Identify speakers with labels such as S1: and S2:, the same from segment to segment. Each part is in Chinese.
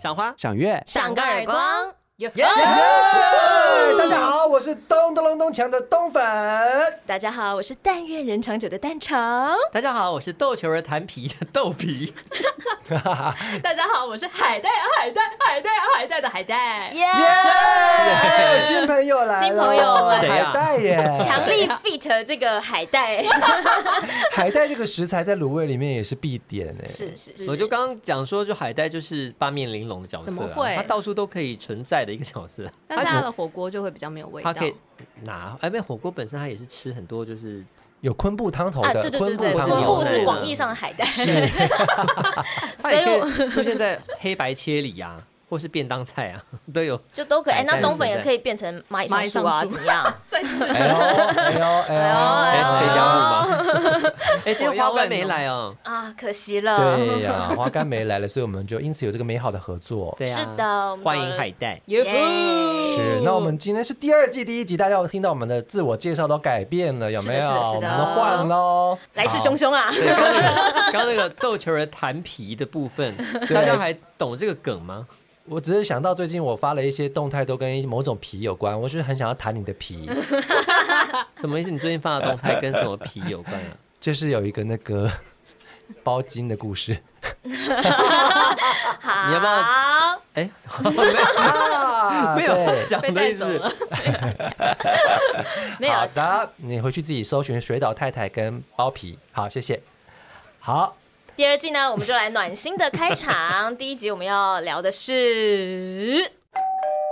S1: 赏 花。
S2: 赏月，
S3: 哎
S4: 赏个耳光。
S1: 耶
S5: 哦
S3: 耶！大家好，我是咚咚隆咚锵的咚粉。
S4: 大家好，我是但愿人长久的蛋长。
S1: 大家好，我是豆球儿弹皮 的豆皮。
S4: 大家好，我是海带啊海带海带啊海带的海带。耶、
S3: 耶！新朋友来了，
S4: 新朋友
S1: 谁呀
S3: 海带耶！
S4: 强力 fit 这个海带，
S3: 海带这个食材在卤味里面也是必点哎。
S4: 是是
S1: 我就刚刚讲说，就海带就是八面玲珑的角色、啊，
S5: 怎么会
S1: 它到处都可以存在的一个角色。
S5: 但是
S1: 它
S5: 它的火锅就会比较没有味道
S1: 它。可以拿，哎，没有火锅本身它也是吃很多，就是
S3: 有昆布汤头
S4: 啊，
S3: 的，
S4: 对对对对，
S3: 哦昆布汤
S4: 昆
S3: 头
S4: 布
S1: 的
S4: 是广义上的海带，
S1: 它
S4: 所
S1: 也
S4: 以
S1: 可
S4: 我
S1: 以 出现在黑白切里呀、啊，或是便当菜啊， 都有。
S5: 哦
S4: 就都可以。哎，那冬粉也可以变成蚂蚁上 树啊，怎么样？
S3: 哎呦哎呦
S1: 哎，
S3: 哎
S1: 是可
S3: 呦！
S1: 以加入吗？ 哎，今天花
S5: 我要
S1: 冠
S5: 问
S1: 没
S5: 哦
S1: 来哦。
S4: 啊，可惜了。
S3: 对呀，花干没来了，所以我们就因此有这个美好的合作。
S1: 对啊，
S4: 是的我们
S1: 欢
S4: 找
S1: 迎
S4: 了
S1: 海带。
S5: 耶呃
S3: 是，那我们今天是第二季第一集，大家有听到我们的自我介绍都改变了，有没有？
S5: 是的是的
S3: 我们都换喽，
S4: 来势汹汹啊！
S1: 对，刚刚那个刚刚那个豆球儿弹皮的部分， 大家还懂这个梗吗？
S3: 我只是想到最近我发了一些动态，都跟某种皮有关，我就是很想要谈你的皮，
S1: 什么意思？你最近发的动态跟什么皮有关 啊？
S3: 就是有一个那个 包金的故事
S4: 好，
S1: 你要不要哎，
S3: 啊
S1: 没有讲
S5: 被
S1: 的
S5: 带
S1: 意
S5: 走
S1: 思。
S5: 了，
S4: 没有
S3: 好的，你回去自己搜寻水岛太太跟包皮。好，谢谢。好，
S4: 第二季呢，我们就来暖心的开 场。第一集我们要聊的是，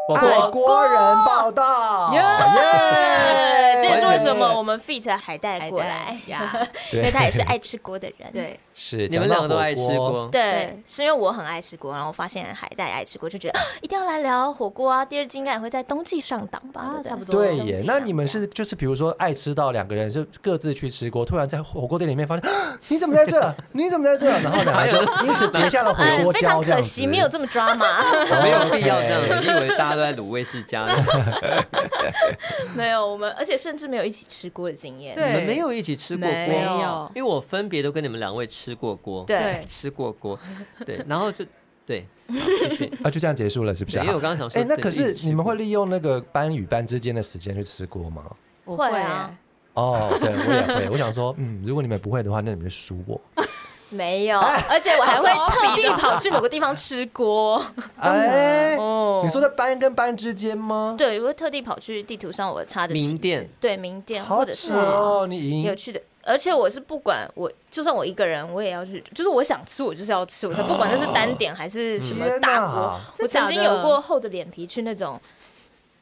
S1: 我
S3: 爱
S1: 我
S3: 国人报
S4: 哎
S3: 道，耶！
S4: 这也是为什么
S3: 耶
S4: 我们 fit 海带过 来，
S5: 呀，
S4: 因为他也是爱吃锅的人。
S5: 对，
S3: 是
S1: 你们两个都爱吃，
S3: 哎讲到火锅
S1: 锅，
S4: 对
S5: 对，
S4: 是因为我很爱吃锅，然后发现海带也爱吃锅，就觉得啊一定要来聊火锅啊。第二季应该也会在冬季上档吧？对不对
S5: 啊，差不多。
S3: 对耶，那你们是就是比如说爱吃到两个人就各自去吃锅，突然在火锅店里面发现，啊你怎么在这？你怎么在这？然后两个人
S1: 哎
S3: 就一直结下了火
S4: 嗯，
S3: 锅
S4: 非常
S3: 胶，这
S4: 可
S3: 样
S4: 惜
S3: 子。
S4: 没有这么 抓马。
S1: 没有必要这样。你以为大家都在卤味世家呢？
S4: 没有我们，而且甚至没有一起吃锅的经验。
S1: 你
S5: 对
S1: 们没有一起吃过锅，
S5: 没有
S1: 因为我分别都跟你们两位吃过锅，
S5: 对
S1: 吃过 锅，对，然后就对，好继续
S3: 啊，就这样结束了， 是不是
S1: 对因
S3: 啊？
S1: 为我刚刚想说，
S3: 哎，那可
S1: 对
S3: 是你们会
S1: 一起
S3: 利用那个班与班之间的时间去吃锅吗？
S5: 我
S4: 会啊，
S3: 哦，对，我也会。我想说，嗯，如果你们不会的话，那你们就输我。
S4: 没有，
S3: 哎
S4: 而且我还会特地跑去某个地方吃锅。
S3: 哎，
S4: 哦
S3: 你说在班跟班之间吗？
S4: 对，我会特地跑去地图上我插的
S1: 名
S4: 旗子
S1: 店，
S4: 对名店
S3: 好
S4: 啊或者是
S3: 扯哦，你
S4: 有
S3: 赢。
S4: 趣的。而且我是不管我，就算我一个人，我也要去，就是我想吃，我就是要吃，我才不管那是单点还是什么
S3: 天
S4: 大
S3: 哪
S4: 锅。我
S5: 真假
S4: 曾
S5: 的
S4: 经有过厚着脸皮去那种，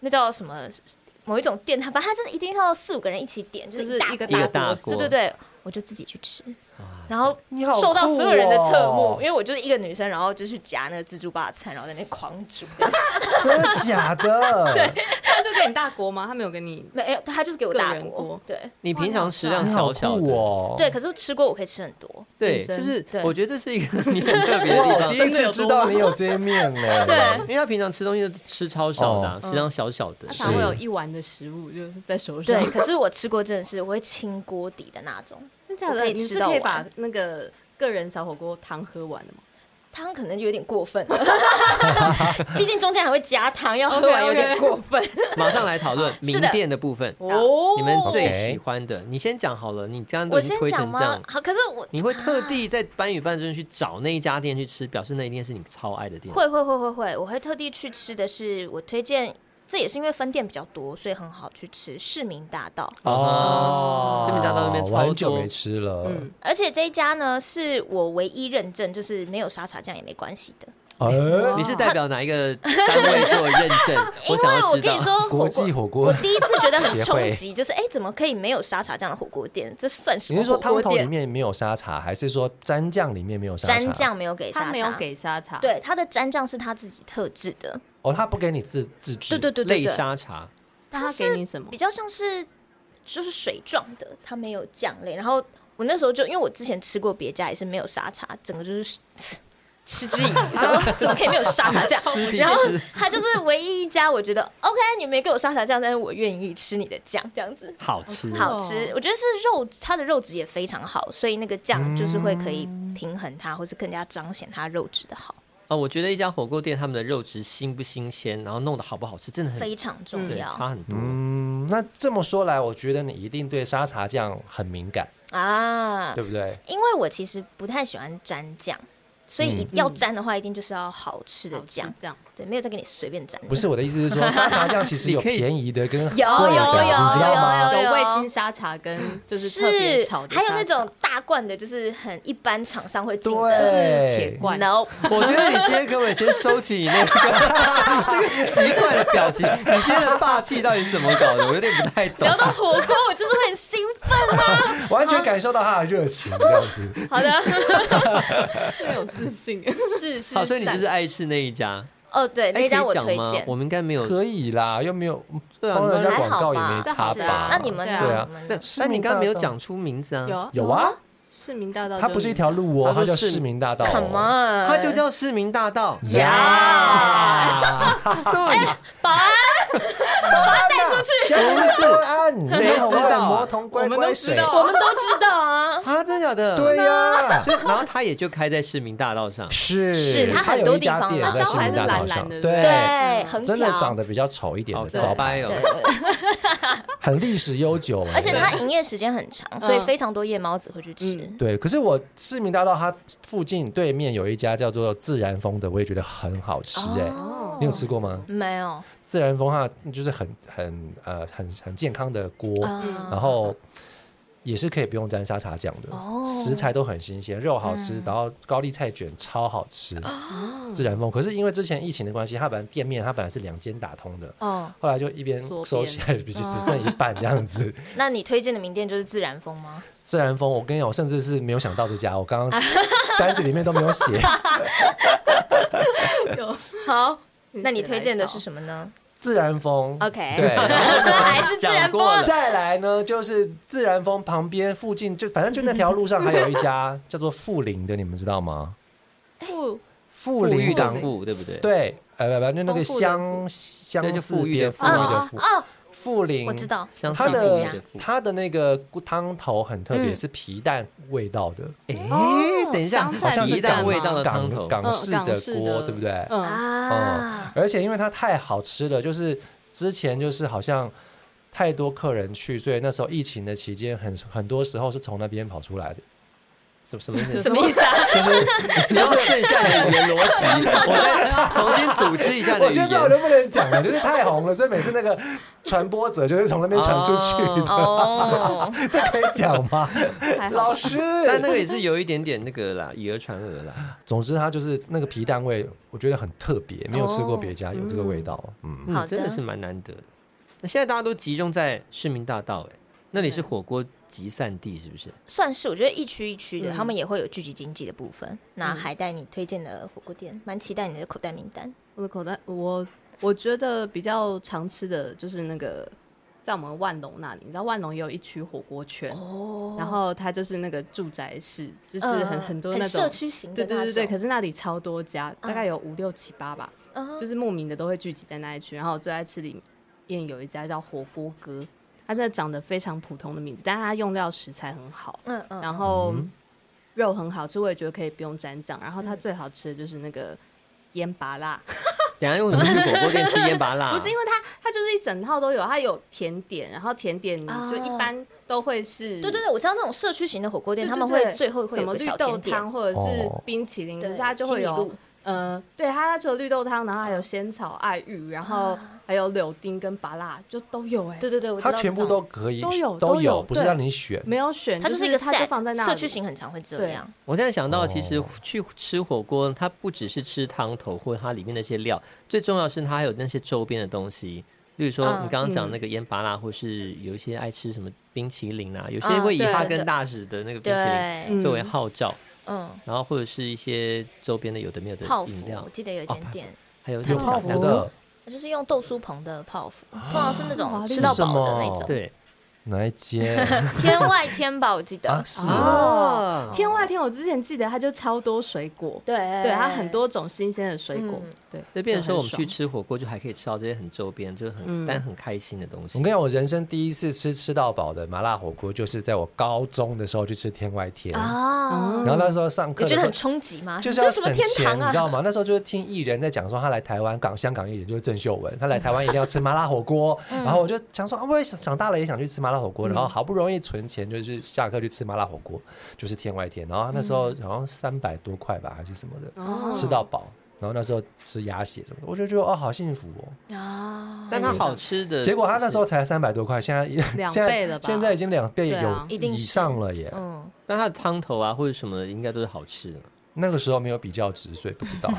S4: 那叫什么某一种店，它反正它就是一定要四五个人一起点，
S5: 就
S4: 一
S5: 是
S4: 大
S5: 一个
S1: 一个大
S5: 大
S1: 锅
S4: 对对对，我就自己去吃，然后
S3: 你好
S4: 受到所有人的侧
S3: 酷
S4: 目，
S3: 哦
S4: 因为我就是一个女生，然后就去夹那个自助吧的餐，然后在那边狂煮。
S3: 真的假的？对，
S5: 他就给你大锅吗？他没有给你，
S4: 没有，哎他就是给我大
S5: 个人
S4: 锅
S5: 锅，
S4: 对
S1: 你平常食量
S3: 你好
S1: 小小
S3: 酷
S1: 的，
S3: 哦。
S4: 对。可是吃过我可以吃很多，
S1: 对，
S5: 认
S1: 就
S5: 真
S1: 是
S4: 对
S1: 我觉得这是一个 你很特别的地
S3: 哇，我
S1: 方
S3: 第。一次知道你有这一面呢。对
S1: 因为他平常吃东西都吃超少的啊，
S5: 哦
S1: 食量小小的
S4: 嗯
S5: 他，
S3: 是
S5: 常会有一碗的食物就是在手上
S4: 对，，可是我吃过真的是我会清锅底的那种，
S5: 真假
S4: 我
S5: 的？
S4: 可以
S5: 你
S4: 吃
S5: 是
S4: 到
S5: 可以
S4: 完
S5: 把那个个人小火锅汤喝完的吗？
S4: 汤可能有点过分，毕竟中间还会加汤，要喝
S5: OK，OK
S4: 完有点过分
S1: 马上来讨论
S4: 是
S1: 名
S4: 的
S1: 店的部分。
S4: 哦
S1: 你们最
S3: OK
S1: 喜欢的，你先讲好了。你刚刚都
S4: 我
S1: 已经
S4: 先
S1: 推
S4: 讲
S1: 成这
S4: 吗啊
S1: 样？，
S4: 好，可是我
S1: 你会特地在班与班中间去找那一家店去吃，表示那一定是你超爱的店。
S4: 会会会会会，我会特地去吃的是我推荐，这也是因为分店比较多，所以很好去吃市民大道。
S3: 哦，
S1: 这边大道那边超多
S3: 我很久没吃了。
S5: 嗯，
S4: 而且这一家呢，是我唯一认证，就是没有沙茶酱也没关系的。
S3: 哎，
S1: 你是代表哪一个单位做认证？
S4: 因
S1: 我想
S4: 为
S1: 要
S4: 我
S1: 知
S4: 跟
S1: 道
S4: 你。说，
S3: 哎国
S4: 火锅
S3: 际火
S4: 我
S3: 锅。
S4: 第一次觉得很
S3: 协
S4: 冲
S3: 会
S4: 击，就是哎、诶怎么可以没有沙茶酱的火锅店？这算什
S3: 你
S4: 么
S3: 是
S4: 火
S3: 说汤
S4: 锅
S3: 头里
S4: 店？
S3: 面没有沙茶，还是说蘸酱里面没有沙茶？
S4: 蘸酱没有给沙茶，
S5: 他没有给沙茶，，
S4: 对，它的蘸酱是它自己特制的。
S3: 哦，他不给你自自制。
S4: 对对对对
S1: 泪
S4: 对，
S1: 沙茶，
S5: 他
S4: 它
S5: 给
S4: 是
S5: 你什么
S4: 比？较像是就是水状的，它没有酱类。然后我那时候就因为我之前吃过别家也是没有沙茶，整个就是 嗤之以鼻，怎么可以没有沙茶酱？
S1: 吃必
S4: 然后
S1: 吃。
S4: 它就是唯一一家我觉得 OK，你没给我沙茶酱，但是我愿意吃你的酱，这样子。
S1: 好吃，
S5: 哦
S4: 好吃，我觉得是肉，它的肉质也
S1: 嗯
S4: 非常好，所以那个酱就是会可以平衡它，或是更加彰显它肉质的好。
S1: 呃，我觉得一家火锅店他们的肉质新不新鲜，然后弄得好不好吃，真的很
S4: 非常
S1: 嗯
S4: 重
S1: 对，
S4: 要、
S1: 差很多。
S3: 嗯，那这么说来，我觉得你一定对沙茶酱很敏感，
S4: 啊。
S3: 对不对？
S4: 因为我其实不太喜欢沾酱，所
S1: 嗯
S4: 以一要
S5: 嗯
S4: 沾的话，一定就是要好吃的
S5: 这
S4: 酱
S5: 样，这样，
S4: 对，没有再给你随便沾的。
S3: 不是我的意思是说，沙茶酱其实有
S1: 你可以
S3: 便宜的跟贵的，你知
S4: 有有有
S3: 道吗？
S4: 对
S5: 有
S4: 哦
S5: 味精沙茶跟就是特别
S4: 是
S5: 炒的，
S4: 还有那种大罐的，就是很一般厂商会进
S5: 就
S4: 的，
S5: 是
S3: 对
S5: 铁罐，
S4: no，
S1: 我觉得你今天可不可以先收起你那个 那个奇怪的表情？你今天的霸气到底怎么搞的？我有点不太懂
S4: 聊。到火锅，我就是很兴 奋。
S3: 完全感受到他的热情，这样子。
S4: 好的，
S5: 很有自信。
S4: 是是
S1: 好，所以你就是爱吃那一家，
S4: 哦，对，
S1: 哎
S4: 那家
S1: 可以
S4: 我
S1: 讲
S4: 推
S1: 吗
S4: 荐
S1: 我，们应该没有。
S3: 可以啦，又没有
S1: 对啊
S3: 帮人
S1: 你
S3: 家
S1: 们
S3: 广告也没差
S5: 好
S4: 是
S5: 吧
S3: 吧？
S4: 那你们呢？
S5: 对
S1: 啊
S4: 你们呢
S1: 但但你刚刚没有讲出名字啊，
S5: 有啊
S3: 有啊，
S5: 市民大道，
S3: 它不是一条，路哦，
S1: 他说
S3: 它叫
S1: 市
S3: 市民大道哦。
S4: ，Come on，
S1: 它就叫市民大道。
S4: 呀，
S1: 这么
S4: 保安，
S3: 小河岸，
S1: 谁知道啊
S3: 魔童乖
S5: 我们
S3: 乖
S5: 都知
S3: 水，
S5: 道
S4: 我们都知 道啊。
S1: 啊，真的假的？
S3: 对。呀，
S1: 所以，然后它也就开在市民大道上。
S3: 是
S4: 是它
S3: 它
S4: 很
S3: 有
S4: 多
S3: 一
S4: 地
S3: 家
S4: 方
S3: 店
S4: 啊
S3: 在市民大道
S5: 招牌是蓝蓝
S3: 上，
S5: 的
S4: 对，很
S3: 嗯真的
S4: 屌
S3: 长得比较丑一点
S1: 好
S3: 的招
S1: 可
S3: 牌，
S1: 掰哦！
S3: 很历史悠久。
S4: 而且它营业时间很
S3: 嗯
S4: 长，所以非常多夜猫子会去吃。
S3: 对，可是我市民大道它附近对面有一家叫做自然风的，我也觉得很好吃哎、
S4: 哦
S3: 你有吃过吗？
S4: 没有？
S3: 自然风它就是很很呃很很健康的锅，
S4: 嗯
S3: 然后也是可以不用沾沙茶酱的，
S4: 哦嗯
S3: 食材都很新鲜，肉好吃，然后高丽菜卷超好吃，
S4: 哦
S5: 哦
S3: 自然风。可是因为之前疫情的关系，它本来店面它本来是两间打通的，
S4: 哦
S5: 嗯，
S3: 后来就一边
S5: 缩
S3: 收
S5: 编
S3: 起 来，只只剩一半这样 子。
S4: 那你推荐的名店就是自然风 吗？
S3: 自然风，我跟你讲，我甚至是没有想到这家，我刚刚单子里面都没有 写。
S4: 好，
S5: 谢 谢
S4: 那你推荐的是
S5: 来
S4: 什么呢
S3: 自然风
S4: ？OK，
S3: 对，然后
S4: 还是自
S1: 讲
S4: 然风
S1: 过
S4: 啊
S1: 了
S3: 再来呢，就是自然风旁边附近，就反正就那条路上还有一家叫做富林的，你们知道吗？
S5: 绍？不，
S3: 富
S1: 富
S3: 林
S1: 裕
S3: 港
S1: 的哦富，对不对？
S3: 对，呃，不不，就那个
S5: 丰富的
S3: 乡
S1: 对
S3: 乡
S1: 就
S3: 字
S1: 富裕的
S3: 边
S1: 富
S3: 富裕的
S4: 啊
S5: 哦
S3: 富，
S4: 啊！
S3: 富林
S4: 我知。道，
S1: 相
S3: 它
S1: 信
S4: 富
S1: 富
S4: 裕
S1: 裕
S4: 的
S3: 的
S1: 的富。
S3: 它的那个汤头很特别，
S4: 嗯
S3: 是皮蛋味道的，
S4: 哦
S1: 哎，等一下，
S5: 香菜
S1: 好像
S5: 皮
S1: 一
S5: 蛋
S1: 蛋味道的汤头
S3: 港。港
S5: 嗯
S3: 式
S5: 港
S3: 的
S5: 式
S3: 锅，
S5: 的
S3: 对不对？
S5: 嗯，
S4: 啊，
S3: 而且因为它太好吃了，就是之前就是好像太多客人去，所以那时候疫情的期间很很多时候是从那边跑出来的，
S1: 什什么意
S4: 什
S1: 思？
S4: 么意思 啊？
S3: 就是
S1: 你要顺一下你的语言逻辑，我再重新组织一下你
S3: 我
S1: 的语
S3: 觉得这我就
S1: 言。
S3: 不能讲 了，就是太红了，所以每次那个传播者就是从那边传出去的，
S4: 哦，
S3: 这可以讲吗？
S5: 还好
S3: 老师，
S1: 但那个也是有一点点那个啦，以讹传讹啦。
S3: 总之它就是那个皮蛋味，我觉得很特别，没有吃过别家有这个味道，
S5: 哦
S3: 嗯。
S1: 嗯
S4: 好的
S1: 真的是蛮难得的。那现在大家都集中在市民大道，哎，那里是火锅集散地，是不是？
S4: 算是我觉得一区一区的，
S5: 嗯
S4: 他们也会有聚集经济的部分。那海带你推荐的火锅店，蛮期待你的口袋名单。
S5: 我的口袋，我我觉得比较常吃的就是那个，在我们万隆那里，你知道万隆也有一区火锅圈，
S4: 哦
S5: 然后它就是那个住宅式，就是
S4: 嗯
S5: 很很多
S4: 很
S5: 那
S4: 社
S5: 种。
S4: 区型的
S5: 对
S4: 那种，
S5: 对对对，可是那里超多家，大概有五六七八吧，
S4: 嗯
S5: 就是莫名的都会聚集在那一区。然后我最爱吃里面有一家叫火锅哥，它真的长得非常普通的名字，但它用料食材很好，
S4: 嗯嗯，
S5: 然后肉很好吃，我也觉得可以不用沾酱。然后它最好吃的就是那个腌拔辣，
S1: 等一下为什么去火锅店吃腌拔辣？
S5: 不是因为它它就是一整套都有，它有甜点，然后甜点
S4: 哦
S5: 就一般都会是、
S4: 对对对，我知道那种社区型的火锅
S5: 嗯对
S4: 店，
S5: 对
S4: 他们
S5: 对
S4: 会最后会
S5: 什
S4: 有
S5: 么
S4: 个
S5: 绿
S4: 小
S5: 豆
S4: 甜点，
S5: 汤或者是
S3: 哦
S5: 冰淇淋，可
S4: 对
S5: 是它就
S4: 西
S5: 会
S4: 米
S5: 有
S4: 露
S5: 呃，对，它除了绿豆汤，然后还有仙草爱玉，然后还有柳丁跟拔辣，就都有哎、
S4: 对对对，我知
S3: 它
S4: 道
S3: 全部
S4: 这种
S3: 都可以，
S5: 都有
S3: 都
S5: 都有
S3: 不是
S5: 对
S3: 让你选，
S5: 没有选，
S4: 它
S5: 就
S4: 就是一个
S5: 它就放在
S4: set，
S5: 那里
S4: 社区型很常会这样。
S1: 我现在想到，其实
S3: 哦
S1: 去吃火锅，它不只是吃汤头或它里面那些料，最重要是它还有那些周边的东西。例如说，
S4: 嗯
S1: 你刚刚讲
S5: 嗯
S1: 那个腌巴辣，或是有一些爱吃什么冰淇淋啊，有些
S4: 嗯
S1: 会以
S5: 对
S1: 哈
S5: 对
S1: 根达斯的那个冰淇
S4: 对，
S5: 嗯
S1: 淋作为号召，
S4: 嗯，
S1: 然后或者是一些周边的有的没有的
S4: 泡
S1: 饮
S4: 芙，
S1: 料
S4: 我，记得有一间店，
S1: 还有
S4: 它
S3: 有
S1: 有
S4: 们
S3: 泡芙
S1: 的
S3: 的，
S5: 哦
S4: 就是用豆酥棚的泡芙，通常是那种
S5: 哇
S4: 吃到饱的
S3: 啊
S4: 那
S3: 是什么
S4: 种，
S1: 对
S3: 哪一 间
S4: 天外天吧，我记
S3: 啊
S4: 得？，
S3: 是
S5: 啊
S3: 哦
S5: 天外天，我之前记得它就超多水果，
S4: 对
S5: 对，它很多种新鲜的水果，
S4: 哎嗯
S5: 对，
S1: 那变成说我们去
S5: 就很爽
S1: 吃火锅，就还可以吃到这些很周边，就是很、
S5: 嗯
S1: 但很开心的东西。
S3: 我跟你讲，我人生第一次吃吃到饱的麻辣火锅，就是在我高中的时候去吃天外天，
S4: 啊
S5: 嗯
S3: 然后那时候上课的
S4: 有
S3: 时
S4: 觉得
S3: 候
S4: 很冲击吗？
S3: 就是
S4: 这
S3: 要
S4: 是什
S3: 省
S4: 么天
S3: 钱，
S4: 堂
S3: 你知道
S4: 啊？
S3: 吗？那时候就是听艺人在讲说他来台湾，港香港艺人就是郑秀文，他来台湾一定要吃麻辣火 锅。
S4: 嗯
S3: 然后我就想说啊，我也想长大了也想去吃麻辣火锅，然后好不容易存钱，就是下课去吃麻辣火锅，就是天外天。然后那时候
S4: 嗯
S3: 好像三百多块吧，还是什么的，
S5: 哦
S3: 吃到饱。然后那时候吃鸭血什么的，我就觉得哦，好幸福哦。
S4: 啊，
S1: 但它好吃的，
S3: 结果他那时候，才三百多块，现在已
S5: 两
S3: 现在
S5: 倍了吧
S3: 现在已经两倍
S5: 对
S3: 有
S5: 啊
S4: 一定
S3: 以
S4: 是
S3: 上了耶。
S4: 嗯，
S1: 但它的汤头啊或者什么的，应该都是好吃的嘛。
S3: 那个时候没有比较值，所以不知 道。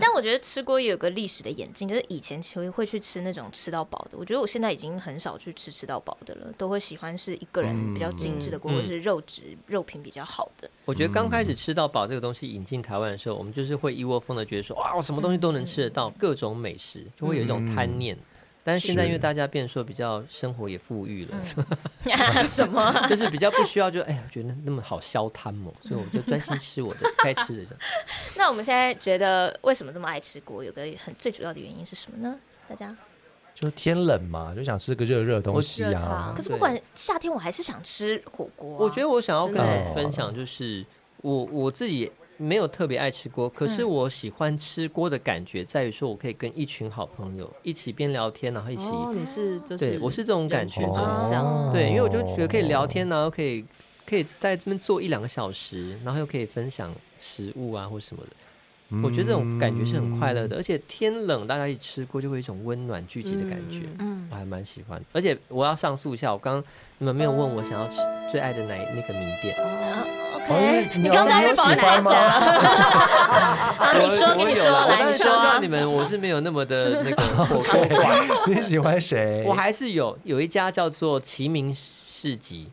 S4: 但我觉得吃锅也有个历史的演进，就是以前其实会去吃那种吃到饱的，我觉得我现在已经很少去吃吃到饱的了，都会喜欢是一个人比较精致的锅，
S1: 嗯
S4: 或是肉质 肉品比较好的。
S1: 我觉得刚开始吃到饱这个东西引进台湾的时候，我们就是会一窝蜂的觉得说，哇，我什么东西都能吃得到，各种美食，就会有一种贪念。但是现在因为大家变得说比较生活也富裕了，
S4: 什么 啊？
S1: 就是比较不需要就哎呀，我觉得那么好消贪哦，所以我就专心吃我的该吃的这样。
S4: 那我们现在觉得为什么这么爱吃锅，有个很最主要的原因是什么呢？大家，
S3: 就天冷嘛，就想吃个热热的东西
S5: 热
S3: 啊
S5: 汤。
S4: 可是不管夏天，我还是想吃火锅啊、
S1: 我觉得我想要跟
S5: 真的
S1: 你分享，就是我我自己没有特别爱吃锅，可是我喜欢吃锅的感觉在于说，我可以跟一群好朋友一起边聊天，然后一起、
S5: 哦，你是就是
S1: 对我是这种感觉
S5: 人群
S4: 哦
S5: 取向
S1: 对，因为我就觉得可以聊天，然后可以可以在这边坐一两个小时，然后又可以分享食物啊或什么的。
S3: 嗯
S1: 我觉得这种感觉是很快乐的，而且天冷大家一起吃锅就会有一种温暖聚集的感觉，
S4: 嗯
S1: 我还蛮喜欢。而且我要上诉一下，我刚刚你们没有问我想要吃最爱的哪那个名店，
S4: 啊
S3: 哦因为
S4: ，OK，
S3: 你
S4: 你刚刚
S3: 要
S4: 被
S3: 是
S4: 保安
S3: 喜欢
S4: 查
S3: 吗
S4: 着啊。 好，啊你说，
S1: 我
S4: 跟你
S1: 有
S4: 说，
S1: 啦我
S4: 来，
S1: 当
S4: 你
S1: 时
S4: 说
S1: 知道
S4: 啊
S1: 你。们我是没有那么的那个 火锅馆，
S3: 你喜欢谁？
S1: 我还是有有一家叫做齐名市集，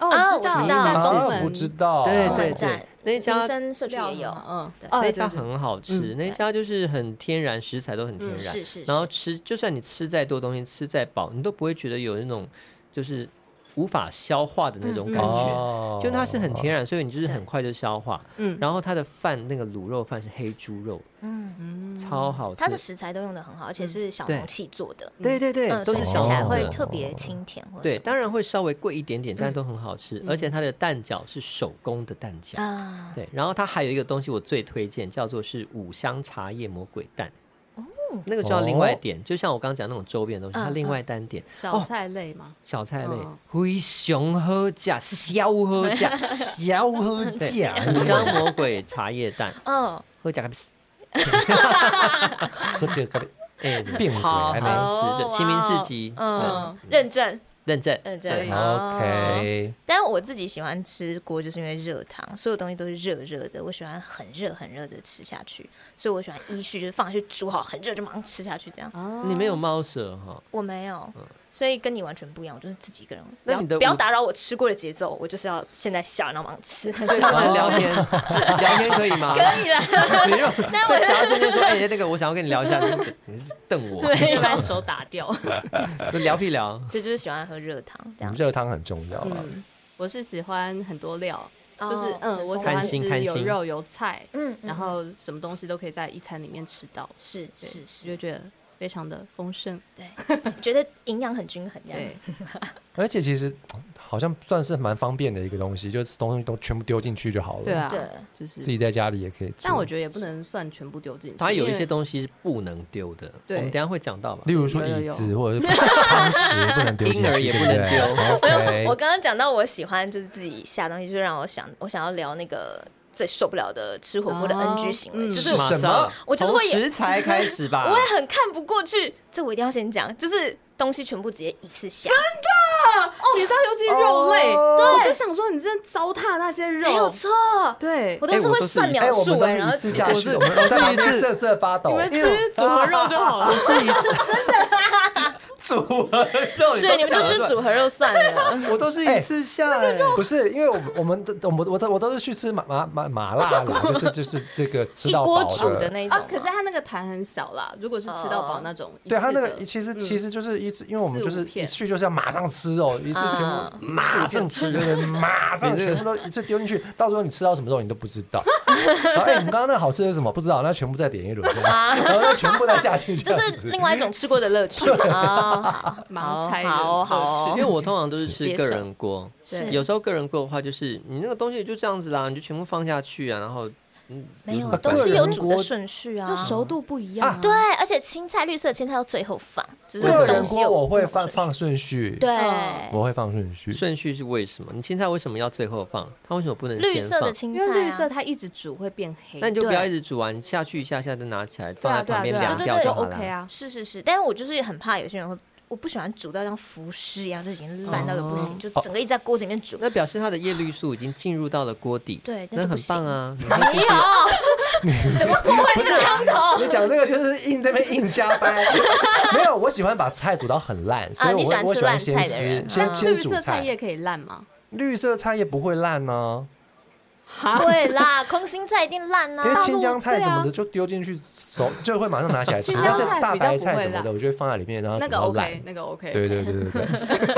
S5: 哦，
S4: 啊
S5: 我知道，
S4: 我知道
S5: 在
S4: 啊
S5: 中
S3: 啊，
S5: 文
S3: 我不知道。
S1: 对
S4: 网
S1: 对
S4: 站
S1: 对，那一家
S4: 民生社区
S5: 料
S4: 也有，
S5: 嘛嗯，
S4: 对
S5: 哦
S1: 那一
S5: 对
S1: 家
S5: 对对
S1: 很好吃，
S5: 嗯
S1: 那一家就是很天然，食材都很天
S5: 嗯
S1: 然，
S4: 是是
S1: 然后
S4: 是，
S1: 吃就算你吃再多东西，吃再饱，你都不会觉得有那种就是无法消化的那种
S5: 嗯嗯
S1: 感觉。
S3: 哦
S1: 就它是很天然，所以你就是很快就消化。
S5: 嗯
S1: 然后它的饭那个卤肉饭是黑猪肉，
S4: 嗯，
S1: 超好吃
S4: 它。的食材都用的很好，而且是小容器做的，
S1: 嗯对对对，
S4: 嗯，
S1: 都
S4: 所以
S1: 是
S4: 吃
S1: 小
S4: 起来
S1: 火
S4: 会
S1: 锅
S4: 特别清甜或
S1: 对，
S4: 什么
S1: 当然会稍微贵一点点，
S5: 嗯
S1: 但都很好吃。而且它的蛋饺是手工的蛋饺。
S4: 啊，
S1: 对，然后它还有一个东西我最推荐，叫做是五香茶叶魔鬼蛋。那个就要另外点，就像我刚刚讲那种周边的东西，它
S4: 嗯
S1: 另外单点、哦
S5: 小菜类嘛，
S1: 小菜类
S5: 嗯，
S1: 灰熊喝甲、小喝甲、
S3: 小 喝假，
S1: 五香魔鬼茶叶蛋，
S4: 嗯，
S1: 喝甲个屁
S3: 喝这个
S1: 哎，
S3: 变鬼啊
S1: 好
S3: 还能
S1: 好吃，
S4: 哦
S1: 这清明市集，嗯，
S4: 嗯，认证
S1: 认证，
S4: 认证
S1: 对
S4: 好
S5: 哦
S3: ？OK，
S4: 但我自己喜欢吃锅，就是因为热汤，所有东西都是热热的，我喜欢很热很热的吃下去，所以我喜欢依序就是放下去煮好，很热就马上吃下去这样。
S5: 哦
S1: 你没有猫舌哈？
S4: 我没有，所以跟你完全不一样，我就是自己一个人。
S1: 嗯那
S4: 不要
S1: 你的
S4: 不要
S1: 午
S4: 打扰我吃过的节奏，我就是要现在下，然后马上 吃，很
S1: 对，
S4: 想
S1: 他
S4: 马
S1: 们聊
S4: 上吃。
S1: 天，聊天可以吗？
S4: 可以啦，
S1: 你又在夹生就说：“哎、那个我想要跟你聊一下，你瞪我，
S5: 可以把你手打 掉。
S1: 就聊屁聊。
S4: 对，就是喜欢喝热汤这样。
S3: 热汤很重要啊。
S5: 嗯，我是喜欢很多料，就是
S4: 哦
S5: 嗯，我喜
S1: 贪
S5: 欢
S1: 心贪
S5: 吃有
S1: 心
S5: 肉有菜，
S4: 嗯，嗯
S5: 然后什么东西都可以在一餐里面吃到，
S4: 是
S5: 对
S4: 是，
S5: 就是觉得非常的丰盛。
S4: 觉得营养很均衡这样
S5: 对。，
S3: 而且其实好像算是蛮方便的一个东西，就是东西都全部丢进去就好了。
S5: 对啊，
S4: 对，
S5: 就
S3: 自
S5: 是，
S3: 己在家里也可以做。
S5: 但我觉得也不能算全部丢进去，”
S1: 它有一
S5: 因
S1: 些
S5: 为
S1: 东西是不能丢的，我
S5: 对
S1: 们等一下会讲到吧
S3: 例。如说
S5: 有有
S3: 椅
S5: 有
S3: 子或者是汤匙不能丢进去，
S1: 婴儿也不能
S3: 对不对 OK，
S4: 我刚刚讲到我喜欢就是自己下东西，就让我想我想要聊那个最受不了的吃火锅的
S5: 哦
S4: NG 行为，
S5: 嗯
S4: 就是
S3: 是
S1: 马
S3: 什
S1: 上
S3: 么
S4: 我就是
S1: 从
S4: 会有
S1: 食材开始吧。
S4: 我也很看不过去，这我一定要先讲，就是东西全部直接一次下，
S5: 你知道，尤其哦是肉类，
S3: 哦
S5: 我就想说你真的糟蹋那些
S4: 没有
S5: 肉，
S4: 错，
S5: 对
S4: 我，都是
S1: 哎我
S4: 会
S1: 都是
S4: 算
S1: 一
S4: 秒
S3: 哎，我们
S4: 数
S3: 都
S4: 哎，
S3: 是
S4: 然后
S3: 一次下去，
S1: 我是
S3: 我们我在旁边瑟瑟发抖
S5: 你。们吃组合肉就好了。
S1: 是一次，组合肉，
S4: 对，你们就吃
S1: 是，
S4: 组合肉算了。
S1: 我都是一次下哎、
S3: 不是，因为我们我们都我们我都我都是去吃麻麻麻麻辣啦，就是就是这个 吃
S4: 一
S3: 到
S4: 锅
S3: 饱
S4: 煮的那一种
S5: 啊
S4: 吗，，
S5: 可是它那个盘很小啦，如果是吃到饱那种，一
S3: 对他
S5: 次
S3: 那
S5: 的
S4: 嗯
S3: 个其实其实就是一次，因为我们
S5: 四
S3: 就
S5: 五
S3: 是一
S5: 片
S3: 去就是要马上吃哦，一次全
S4: 啊
S3: 部马上吃，对对，马上
S1: 你这个
S3: 全部都一次丢进去，到时候你吃到什么肉你都不知道。 然后哎，你们刚刚那个好吃的是什么？不知道，那全部再点一轮，这样 然后再全部再下进去，
S4: 这
S3: 样
S4: 是
S3: 子
S4: 另外一种吃过的乐趣 啊。
S5: 盲猜人
S4: 好好
S5: 乐
S4: 好
S5: 趣
S1: 因为我通常都是吃
S4: 接受
S1: 个人锅，
S4: 是
S1: 有时候个人锅的话，就是你那个东西就这样子啦，你就全部放下去啊，然后嗯，
S4: 没有
S1: 什么
S4: 东
S1: 关
S4: 西
S1: 系
S4: 有煮的顺序啊，
S5: 就熟度不一样、啊
S3: 啊
S4: 对，而且青菜绿色青菜要最后放，
S5: 哦
S4: 就是
S3: 个人
S4: 东西
S3: 锅
S4: 有
S3: 我会
S4: 不同
S3: 放
S4: 顺序
S3: 放顺序，，
S4: 对
S3: 我会放顺序。
S1: 顺序是为什么？你青菜为什么要最后放？它为什么不能
S4: 绿
S1: 先
S4: 色
S1: 放
S4: 的？青
S5: 因
S4: 菜啊，
S5: 为绿色它一直煮会变黑。
S1: 那你就不要
S4: 对
S1: 一直煮完下去一下下再拿起来
S5: 对
S1: 放
S5: 啊
S1: 在
S5: 对
S1: 旁
S5: 啊对
S1: 边
S5: 啊，
S1: 凉
S5: 对
S1: 掉
S5: 对
S1: 就
S5: 就
S1: 好
S5: OK
S1: 了。
S5: 啊。
S4: 是是是，但是我就是也很怕有些人会，我不喜欢煮到像浮尸一样，就已经烂到一个不行，就整个一直在锅子里面煮。
S1: 那表示它的叶绿素已经进入到了锅底，
S4: 对
S1: 那
S4: 那就不
S1: 很
S4: 行
S1: 棒啊！你
S4: 没有，怎么破坏 这个汤头？
S3: 你讲这个就是硬这边硬瞎掰，没有，我喜欢把菜煮到很烂，所以我
S4: 你喜欢
S3: 会我
S4: 吃
S3: 喜欢
S4: 烂
S3: 先
S4: 菜的
S3: 吃，
S4: 人
S3: 先
S4: 嗯
S3: 先
S5: 绿
S3: 煮
S5: 色菜叶可以烂吗？
S3: 绿色菜叶不会烂呢、
S4: 对啦，空心菜一定烂
S3: 因为
S4: 啊。
S3: 青江菜
S5: 对
S3: 什
S5: 啊
S3: 么的就丢进去熟，就会马上拿起来吃。
S5: 青
S3: 但
S5: 江
S3: 是
S5: 菜
S3: 大
S5: 比较
S3: 白
S5: 不
S3: 菜
S5: 会
S3: 什么
S5: 烂
S3: 的，我就会放在里面，然后
S5: 那
S3: 煮
S5: 个
S3: 到烂。
S5: OK，那个 OK。
S3: 对对对对对。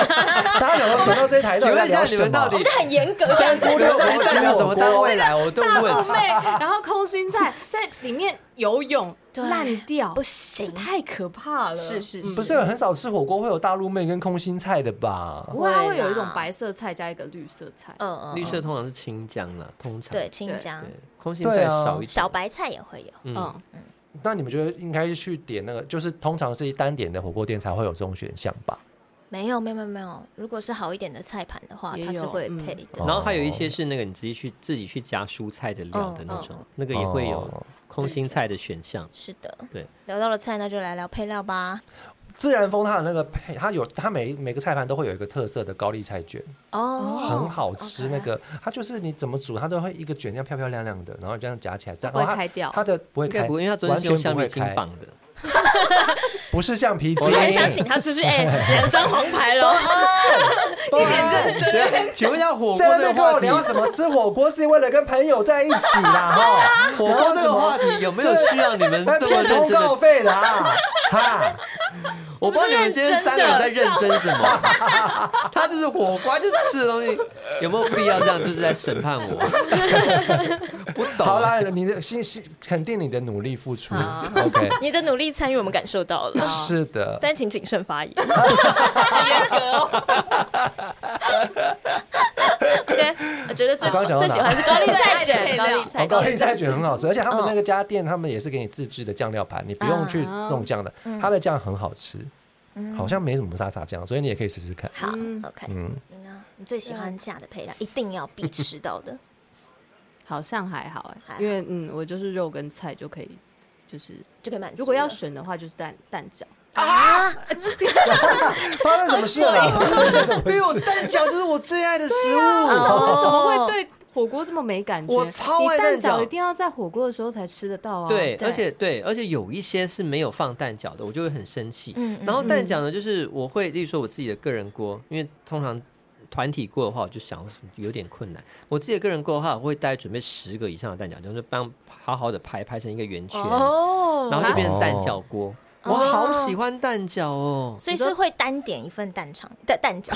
S3: 大家想说走到这一台到
S1: 请问
S3: 底在
S1: 一下
S3: 聊
S1: 你
S3: 什
S1: 们到
S3: 么
S1: 底？
S4: 这很严格，这样子
S1: 锅料我们代表什么单位来？我都
S5: 大
S1: 问
S5: 腹。妹，然后空心菜在里面游泳
S4: 对
S5: 烂掉，
S4: 不
S5: 这
S4: 行。
S5: 太可怕了。
S4: 是是
S5: 嗯
S3: 不是啊很少吃火锅会有大陆妹跟空心菜的吧？
S5: 不会，它会有一种
S4: 啦
S5: 白色菜加一个绿色菜。
S4: 嗯嗯，嗯
S1: 绿色通常是青江啦，通常
S4: 对青江
S1: 对，空心菜
S3: 啊
S1: 少一点。
S4: 小白菜也会有。
S1: 嗯，
S5: 嗯，
S3: 那你们觉得应该去点那个，就是通常是一单点的火锅店才会有这种选项吧？
S4: 没有没有没有没有，如果是好一点的菜盘的话，
S5: 也
S4: 它是
S5: 有
S4: 会
S5: 嗯
S4: 配的。
S3: 哦
S1: 然后还有一些是那个你自己去自己去加蔬菜的料的那种
S4: 嗯嗯，
S1: 那个也会有
S3: 哦
S1: 空心菜的选项。
S4: 是的，
S1: 对，
S4: 聊到了菜，那就来聊配料吧。
S3: 自然风它的那个配，它有它每每个菜盘都会有一个特色的高丽菜卷，
S4: 哦，
S3: 很好吃。
S4: OK
S3: 那个它就是你怎么煮，它都会一个卷这样漂漂亮亮的，然后这样夹起来，然
S5: 不
S3: 后
S5: 会
S3: 它
S5: 开掉
S3: 它的不会
S1: 应该
S3: 开，
S1: 不会，因为它昨天
S3: 完
S1: 是
S3: 全
S1: 用橡
S3: 不
S1: 皮
S3: 会
S1: 筋
S3: 开，
S1: 绑的。
S3: 不是橡皮筋。
S4: 我很想请他出去，哎，两张黄牌喽。
S3: 一点认真。
S1: 请问一下火锅
S3: 啊在那
S1: 这个
S3: 边跟我
S1: 话题，
S3: 聊什么？吃火锅是为了跟朋友在一起啦，哈。
S1: 火锅这个话题有没有需要你们
S3: 还
S1: 这么
S3: 骗
S1: 认
S3: 通
S1: 真
S3: 告
S1: 的？
S3: 费啦，哈！
S1: 我不知道你们今天三个人在
S4: 我是
S1: 认真什么。他就是火锅，他就吃的东西，有没有必要这样？就是在审判我。不懂。
S3: 好啦，你的心心肯定你的努力付出
S4: 好
S3: ，OK，
S4: 你的努力参与，我们感受到了。
S3: 是的。
S4: 但请谨慎发言。OK，我觉得最
S3: 我刚刚讲到
S4: 最
S3: 哪
S4: 喜欢是高丽菜
S5: 配
S4: 卷，高
S5: 料
S4: 丽菜
S3: 哦，高丽菜
S4: 卷。
S3: 卷很好吃，而且他们那个家店，他们也是给你自制的酱料盘，你不用去弄酱的，
S4: 嗯
S3: 它的酱很好吃，好像没什么沙茶酱，所以你也可以试试看。
S4: 好
S5: 嗯
S4: ，OK，
S3: 嗯，
S4: 你呢？你最喜欢下的配料一定要必吃到的，
S5: 好像还好
S4: 还
S5: 哎、
S4: 好
S5: 因为嗯，我就是肉跟菜就可以，就是
S4: 就可以满足了。
S5: 如果要选的话，就是蛋蛋 饺。
S4: 啊，嗯
S3: 发生什么 事了？发生什么
S1: 因 为我
S3: 事？
S1: 蛋饺就是我最爱的食
S5: 我
S1: 物。
S5: 想说
S4: 哦
S5: 怎么会对火锅这么没感觉？
S1: 我超爱
S5: 你
S1: 蛋
S5: 蛋
S1: 饺
S5: 一定要在火锅的时候才吃得到啊。
S1: 对，
S4: 对
S1: 而且对，而且有一些是没有放蛋饺的，我就会很生气。
S4: 嗯嗯
S1: 然后蛋饺呢，就是我会，例如说我自己的个人锅，因为通常团体锅的话，我就想有点困难。我自己的个人锅的话，我会大概准备十个以上的蛋饺，就是帮好好的排排成一个圆圈，
S4: 哦
S1: 然后就变成
S3: 啊
S1: 蛋饺锅。我好喜欢蛋饺 哦！
S4: 所以是会单点一份蛋肠的蛋饺，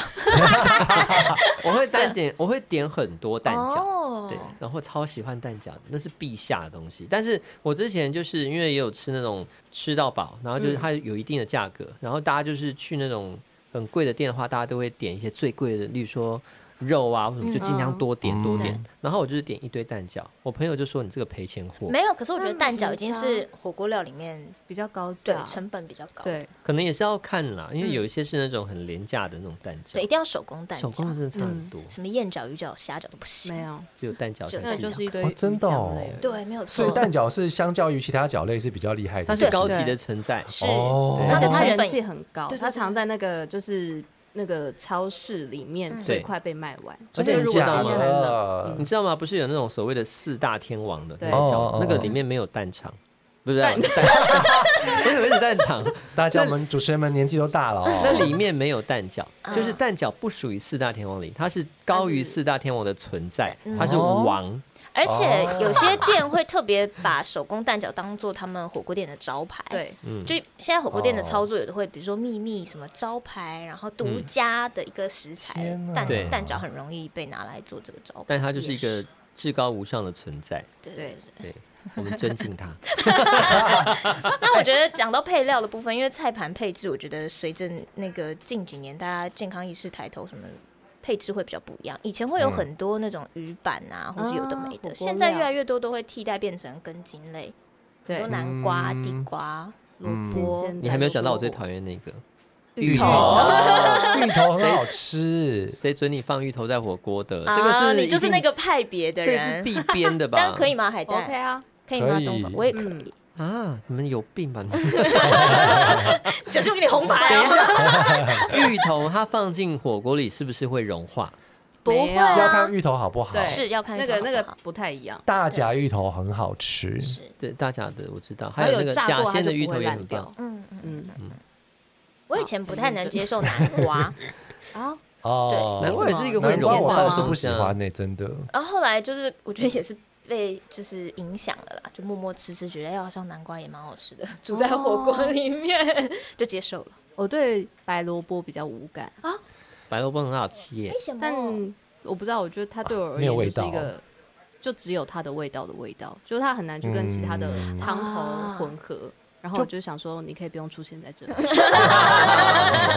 S1: 我会单点，我会点很多蛋饺。
S4: 哦
S1: 对，然后超喜欢蛋饺的，那是必下的东西。但是我之前就是因为也有吃那种吃到饱，然后
S4: 嗯
S1: 就是它有一定的价格，然后大家就是去那种很贵的店的话，大家都会点一些最贵的，例如说肉啊或什么，就尽量多点、
S3: 嗯
S1: 多
S3: 嗯
S1: 点。然后我就是点一堆蛋饺，我朋友就说你这个赔钱货，
S4: 没有，可是我觉得蛋饺已经是火锅料里面
S5: 比较高
S4: 对啊
S5: 价，
S4: 成本比较高，
S5: 对，
S1: 可能也是要看啦，因为有一些是那种很廉价的那种蛋
S4: 对，一
S1: 饺，
S4: 定要手工嗯蛋
S1: 手工的
S4: 饺，
S1: 真的差很多，
S4: 什么燕饺、鱼饺、虾饺都不
S5: 没
S4: 行，
S5: 有，
S1: 只有蛋饺
S4: 就
S1: 才
S5: 那
S1: 是
S5: 就
S1: 这
S5: 是一
S1: 样。
S5: 堆
S3: 哦真的哦
S5: 鱼酱类而已
S4: 对，没有错，
S3: 所以蛋饺是相较于其他饺类是比较厉害的，
S1: 它是高级的存在，
S4: 是
S3: 哦
S5: 而
S4: 它
S5: 且
S4: 的
S5: 他
S4: 成
S5: 人
S4: 本
S5: 气很高
S4: 对对，对
S5: 他常在那个就是那个超市里面
S4: 嗯
S5: 最
S1: 对
S5: 快被卖完，
S1: 而
S3: 真
S1: 且
S5: 就
S3: 的
S5: 如果
S1: 假
S3: 假
S5: 今天很冷，
S3: 的
S1: 哦你？知道吗？不是有那种所谓的四大天王的
S5: 对
S1: 那种
S3: 哦哦哦
S1: 那个里面没有蛋肠，不是
S5: 蛋
S1: 蛋我以为是蛋肠，
S3: 大家我们主持人们年纪都大了哦。
S1: 那里面没有蛋饺，
S4: 啊
S1: 就是蛋饺不属于四大天王里，它是高于
S5: 它是
S1: 四大天王的存在
S4: 嗯，
S1: 它是
S3: 哦
S1: 王。
S4: 而且有些店会特别把手工蛋饺当做他们火锅店的招牌。，
S5: 对，
S1: 嗯，
S4: 就现在火锅店的操作，有的会比如说秘密什么招牌，然后独家的一个食材，
S3: 天哪
S4: 蛋
S1: 对
S4: 蛋饺很容易被拿来做这个招牌。
S1: 但它就是一
S4: 也
S1: 个至高无上的存在，
S4: 对
S5: 对
S4: 对。
S1: 我们尊敬 它。
S4: 那我觉得讲到配料的部分，因为菜盘配置，我觉得随着那个近几年大家健康意识抬头，什么配置会比较不一样。以前会
S1: 嗯
S4: 有很多那种鱼板啊，或是有的没
S5: 啊火锅
S4: 的，
S5: 料
S4: 现在越来越多都会替代变成根茎类，很多
S5: 对，
S4: 南瓜、啊
S3: 嗯
S4: 地瓜、萝
S3: 嗯
S4: 卜、
S5: 新鲜
S1: 你还没有讲到我最讨厌那个
S5: 芋
S1: 头
S3: 哦芋头很好吃，
S1: 谁准你放芋头在火锅的？呃这个
S4: 啊，
S1: 是
S4: 你就是
S1: 一定
S4: 那个派别的
S1: 对，是
S4: 人，
S1: 必编的吧？
S4: 但可以吗？海
S5: OK 嗯
S4: 带
S5: 啊，
S4: 可以吗
S3: 可？以
S4: 东方我也可以，
S1: 啊？你们有病吧？
S4: 小心我给你红牌啊！
S1: 芋头它放进火锅里是不是会融化？
S4: 不
S5: 没有
S4: 会
S3: 要
S4: 啊
S3: 看，芋头好不好。
S5: 对
S4: 是要看
S5: 那个那
S4: 好
S5: 个
S4: 不好
S5: 不太一样，
S3: 大甲芋头很好吃，
S4: 是
S1: 对，大甲的我知道，还
S5: 然后
S1: 有那个
S5: 炸
S1: 甲
S5: 过它
S1: 鲜
S5: 就
S1: 的
S5: 不
S1: 芋
S5: 会
S1: 头也
S5: 烂
S1: 很
S5: 掉
S1: 棒。
S4: 嗯嗯嗯。
S5: 嗯
S4: 我以前不太能接受南瓜，
S5: 啊，
S3: 哦，
S1: 难怪是一个会
S3: 难怪
S1: 融
S3: 我
S1: 化
S3: 倒
S1: 的
S3: 是
S1: 东
S3: 不
S1: 西
S3: 喜
S1: 啊
S3: 欢呢、真的。
S4: 然后后来就是我觉得也是被就是影响了啦，就默默吃吃，觉得哎好像南瓜也蛮好吃的，煮在火锅里面、就接受了。
S5: 我对白萝卜比较无感，
S1: 白萝卜很好吃耶
S4: 为，什
S5: 但我不知道，我觉得它对我而
S3: 没有
S5: 言
S3: 味
S5: 就是一
S3: 道
S5: 个，就只有它的味道的味道，就是它很难去跟其他的
S3: 嗯
S5: 汤
S4: 啊
S5: 头混合。然后我就想说，你可以不用出现在这里。
S3: 啊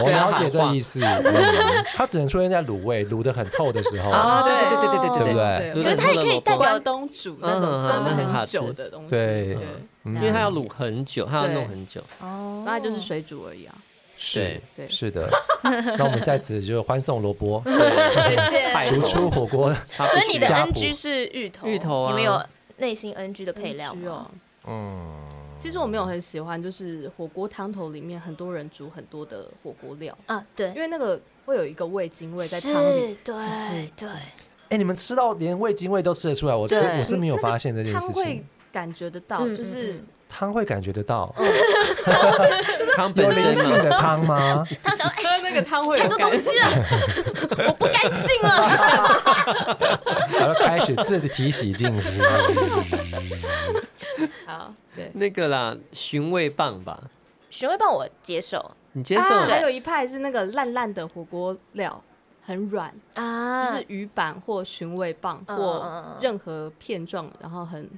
S3: 我
S1: 对啊
S3: 了解
S1: 喊
S3: 这
S1: 话
S3: 意思，嗯它只能出现在卤味卤的很透的时候，
S1: 啊对对对对对
S3: 对不对？
S5: 对，
S1: 卤
S5: 可
S1: 得很透
S5: 是它
S1: 的
S4: 它也可以
S1: 萝
S4: 代
S1: 卜
S4: 表
S5: 关东煮那
S1: 嗯嗯
S5: 种
S1: 嗯
S5: 真的
S1: 那很好
S5: 很
S1: 吃
S5: 久的东西，哦
S3: 对嗯
S1: 因为它要卤很久，它要弄很久。
S4: 哦
S5: 那它就是水煮而已啊。
S3: 是
S5: 对
S3: 是 的。那我们在此就欢送萝卜，
S1: 菜
S3: 逐
S1: 头
S3: 出 火锅。
S1: 它不
S4: 哦所
S1: 行
S4: 以你的
S3: 家谱
S4: NG 是芋头，
S1: 芋头啊
S4: 你们有内心 NG 的配料
S5: 必须
S4: 吗？
S5: 哦。
S3: 嗯，
S5: 其实我没有很喜欢，就是火锅汤头里面很多人煮很多的火锅料，
S4: 啊，对
S5: 因，为那个会有一个味精味在
S4: 是，
S5: 汤里，
S4: 对
S5: 是不嗯是？
S4: 对，
S3: 哎，你们吃到连味精味都吃得出来，我是
S4: 对
S3: 我是没有发现这件
S5: 汤
S3: 事
S5: 会
S3: 情，
S5: 感觉得到，
S4: 嗯
S5: 就是
S4: 嗯
S3: 汤会感觉得到，
S1: 汤
S3: 有
S1: 本身啊
S3: 灵性
S1: 嘛
S3: 的 汤吗？
S4: 他想说
S5: 喝那个汤会
S4: 哎太
S5: 有
S4: 多
S5: 感
S4: 东
S5: 觉
S4: 西了， 我不干净了。
S3: 然后开始自体洗净，是不是
S5: 好，对。
S1: 那个啦，寻味棒吧，
S4: 询问帮我接受
S1: 你接受
S5: 啊，还
S1: 了？
S5: 有一派是那个烂烂的火锅料，很软，就
S4: 啊
S5: 是鱼板或寻味棒
S4: 嗯
S5: 或任何片状，然后很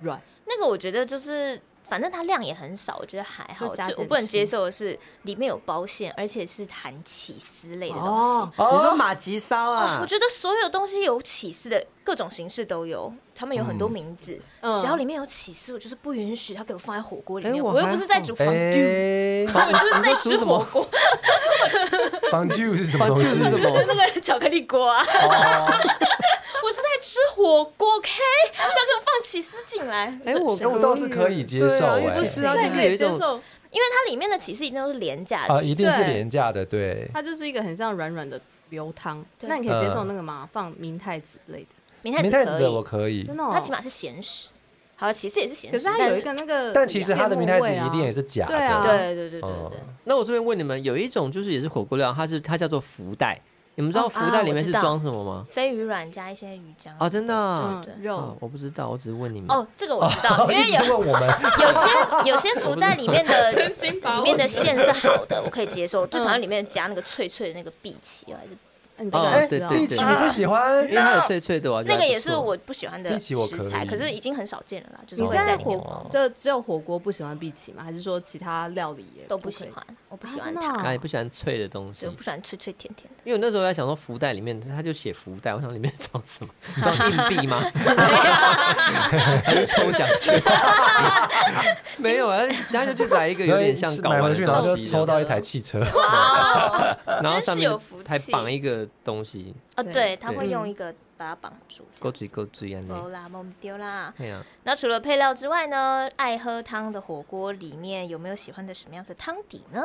S5: 软。
S4: 那个我觉得就是，反正它量也很少，我觉得还好。
S5: 就加
S4: 就我
S5: 减
S4: 不能接
S5: 吃
S4: 受的是里面有包馅，而且是含起司类的东西。
S5: 哦，
S1: 你说马吉烧
S4: 哦
S1: 啊
S4: 我？觉得所有东西有起司的各种形式都有，他们有很多名字，
S5: 嗯
S4: 只要里面有起司，我就是不允许它给我放在火锅里面。
S1: 哎我
S4: 我又不是在煮
S5: 哦
S3: 哎
S4: 房 猪，我就是在
S1: 煮
S4: 吃
S1: 什么
S4: 火锅，
S3: ，fondue 是什么
S1: 哇
S3: 东
S1: 这
S3: 西？
S1: 是什么？
S4: 那个巧克力锅啊，
S5: 哦
S4: 我是在吃火锅，OK，不要给我放起司进来。
S1: 哎，我
S3: 哎我倒是可以接受
S1: 对啊因
S3: 哎
S1: 为不是啊，
S5: 对，
S1: 就是
S5: 可
S1: 有一
S5: 以接
S1: 种
S5: 受。
S4: 因为它里面的起司一定都是廉价
S3: 啊，
S4: 的
S3: 一
S4: 起司，
S3: 定是
S5: 对
S3: 廉价的，对。
S5: 它就是一个很像软软的流汤。
S4: 对
S5: 那你可以接受那个吗？放明太子类的，
S4: 明太
S3: 明
S4: 子
S3: 太
S4: 可以，
S3: 子的我可以
S5: 呃真，的哦。
S4: 它起码是咸食。好了，起司也是咸食，
S5: 可是它
S4: 但
S5: 有一个那个，
S3: 但其实它的明太子一定也
S5: 是。
S3: 是假的，
S5: 对啊
S4: 对对对对对，
S3: 嗯
S1: 那我这边问你们，有一种就是也是火锅料，它是它叫做福袋，你们知道
S4: 哦
S1: 福袋里
S4: 啊我
S1: 面
S4: 知
S1: 是
S4: 道
S1: 装什么吗？
S4: 飞鱼软加一些鱼浆
S1: 啊，真的啊
S5: 嗯
S4: 对，
S1: 哦
S5: 肉，
S1: 我不知道，我只是问你们。
S4: 哦，这个我知道，因为
S3: 一
S4: 有
S3: 直问我们，
S4: 有些有些福袋里面的
S3: 嗯
S5: 心
S4: 里面的馅是好的，我可以接受，
S5: 嗯
S4: 最讨厌里面加那个脆脆的那个碧琪啊，还是
S5: 你都
S1: 哦
S5: 敢
S1: 对
S5: 吃啊
S1: 对
S3: 哎碧琪你不喜欢
S1: 因为它有脆脆的，我觉得
S4: 那
S1: 还
S4: 个
S1: 不
S4: 也是
S1: 错
S4: 我不喜欢的
S3: 碧琪我可
S4: 食材，
S3: 以
S4: 可是已经很少见了啦，就是
S5: 你
S4: 会
S3: 在
S4: 在
S5: 在
S4: 里面
S5: 火就只有火锅不喜欢碧琪吗？还是说其他料理也
S4: 都不
S5: 可以
S4: 喜？欢，我不
S5: 啊
S4: 喜欢
S5: 真的
S4: 它，
S5: 啊
S1: 啊，
S3: 哎
S1: 你不喜欢脆的东西
S4: 对，我。不喜欢脆脆甜甜的。
S1: 因为我那时候在想说福袋里面，它就写福袋，我想里面装什 么？装硬币吗？还是抽奖 券？没有啊，然后就就来一个有点像搞
S3: 买
S1: 完
S3: 回
S1: 的
S3: 去，然后
S1: 东西
S3: 就抽到一台汽车，
S4: 哇哦
S1: 然后上面
S4: 真是有福气
S1: 还绑一个东西，
S4: 哦，对，
S5: 对
S4: 他会用一个把它绑住，
S1: 勾嘴勾嘴
S5: 嗯
S1: 啊，
S4: 够
S1: 那
S4: 啦，梦丢啦。
S1: 对啊，
S4: 那除了配料之外呢，爱喝汤的火锅里面有没有喜欢的什么样子的汤底呢？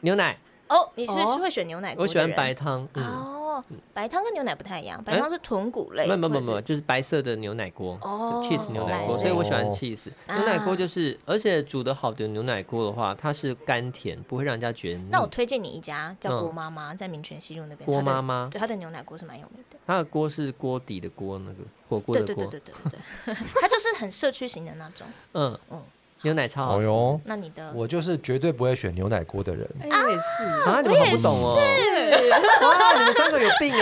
S1: 牛奶，
S4: 哦，你是不是
S5: 哦
S4: 会选牛奶锅
S1: 我
S4: 的
S1: 喜欢
S4: 人
S1: 白汤，嗯，哎
S4: 哦，哦，白汤跟牛奶不太一样，白汤是豚骨类，
S1: 没有没有没有
S4: 或者是
S1: 没有，就是白色的牛奶锅。
S4: 哦
S1: cheese 牛奶锅，
S5: 哦
S1: 所以我喜欢 cheese
S4: 啊
S1: 牛奶锅，就是而且煮的好的牛奶锅的话，它是甘甜，不会让人家觉得腻。
S4: 那我推荐你一家叫
S1: 嗯
S4: 郭妈妈，在民权西路那边。
S1: 郭
S4: 它的
S1: 妈妈
S4: 对，它的牛奶锅是蛮有名的。
S1: 它的锅是锅底的锅，那个火锅
S4: 对
S1: 的
S4: 对对
S1: 锅，
S4: 对对对对， 它就是很社区型的那种。
S1: 嗯
S4: 嗯，
S1: 牛奶超好
S3: 哦
S1: 吃
S3: 哟，
S4: 那你的
S3: 我就是绝对不会选牛奶锅的人。
S5: 哎，我也是，
S1: 啊！你们好不懂哦，哇，你们三个有病哎！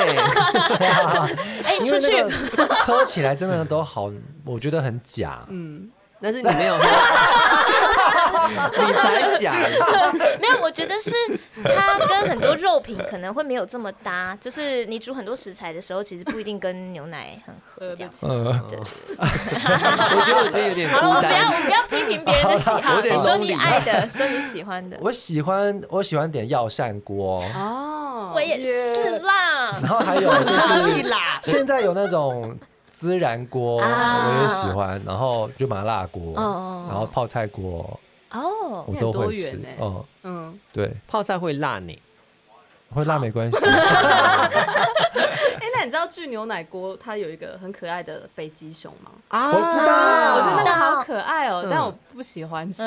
S4: 哎，
S3: 因
S4: 你出
S3: 为
S4: 去
S3: 那个喝起来真的都好，我觉得很假。
S5: 嗯，
S1: 但是你没有 喝，你才假的。
S4: 没有？我觉得是它跟很多肉品可能会没有这么搭，就是你煮很多食材的时候，其实不一定跟牛奶很合这样子。
S3: 嗯，
S1: 我觉得我今天有点
S4: 好了，我
S1: 孤
S4: 们
S1: 单。
S4: 不要，我们不要批评别人的喜
S1: 我
S4: 好，
S1: 有点
S4: 你说
S1: 懂
S4: 你
S1: 你
S4: 爱的，说你喜 欢的，
S3: 我喜欢我喜欢点药膳锅，
S5: 哦，
S4: 我也是啦。
S3: 然后还有就是
S1: 啦，
S3: 现在有那种孜然锅，
S4: 啊
S3: 我也喜欢，然后就麻辣锅，
S4: 哦
S3: 然后泡菜锅
S4: 哦，
S3: 我都会
S5: 你
S3: 吃
S5: 很多元欸。
S3: 嗯，
S5: 嗯，
S3: 对，
S1: 泡菜会辣你，
S3: 会辣没关系。
S5: 哎，那你知道巨牛奶锅它有一个很可爱的北极熊吗？
S1: 啊
S4: 哦
S3: 我知道
S5: 我觉得那个
S4: 知道
S5: 好可爱哦
S1: 嗯，
S5: 但我不喜欢 吃。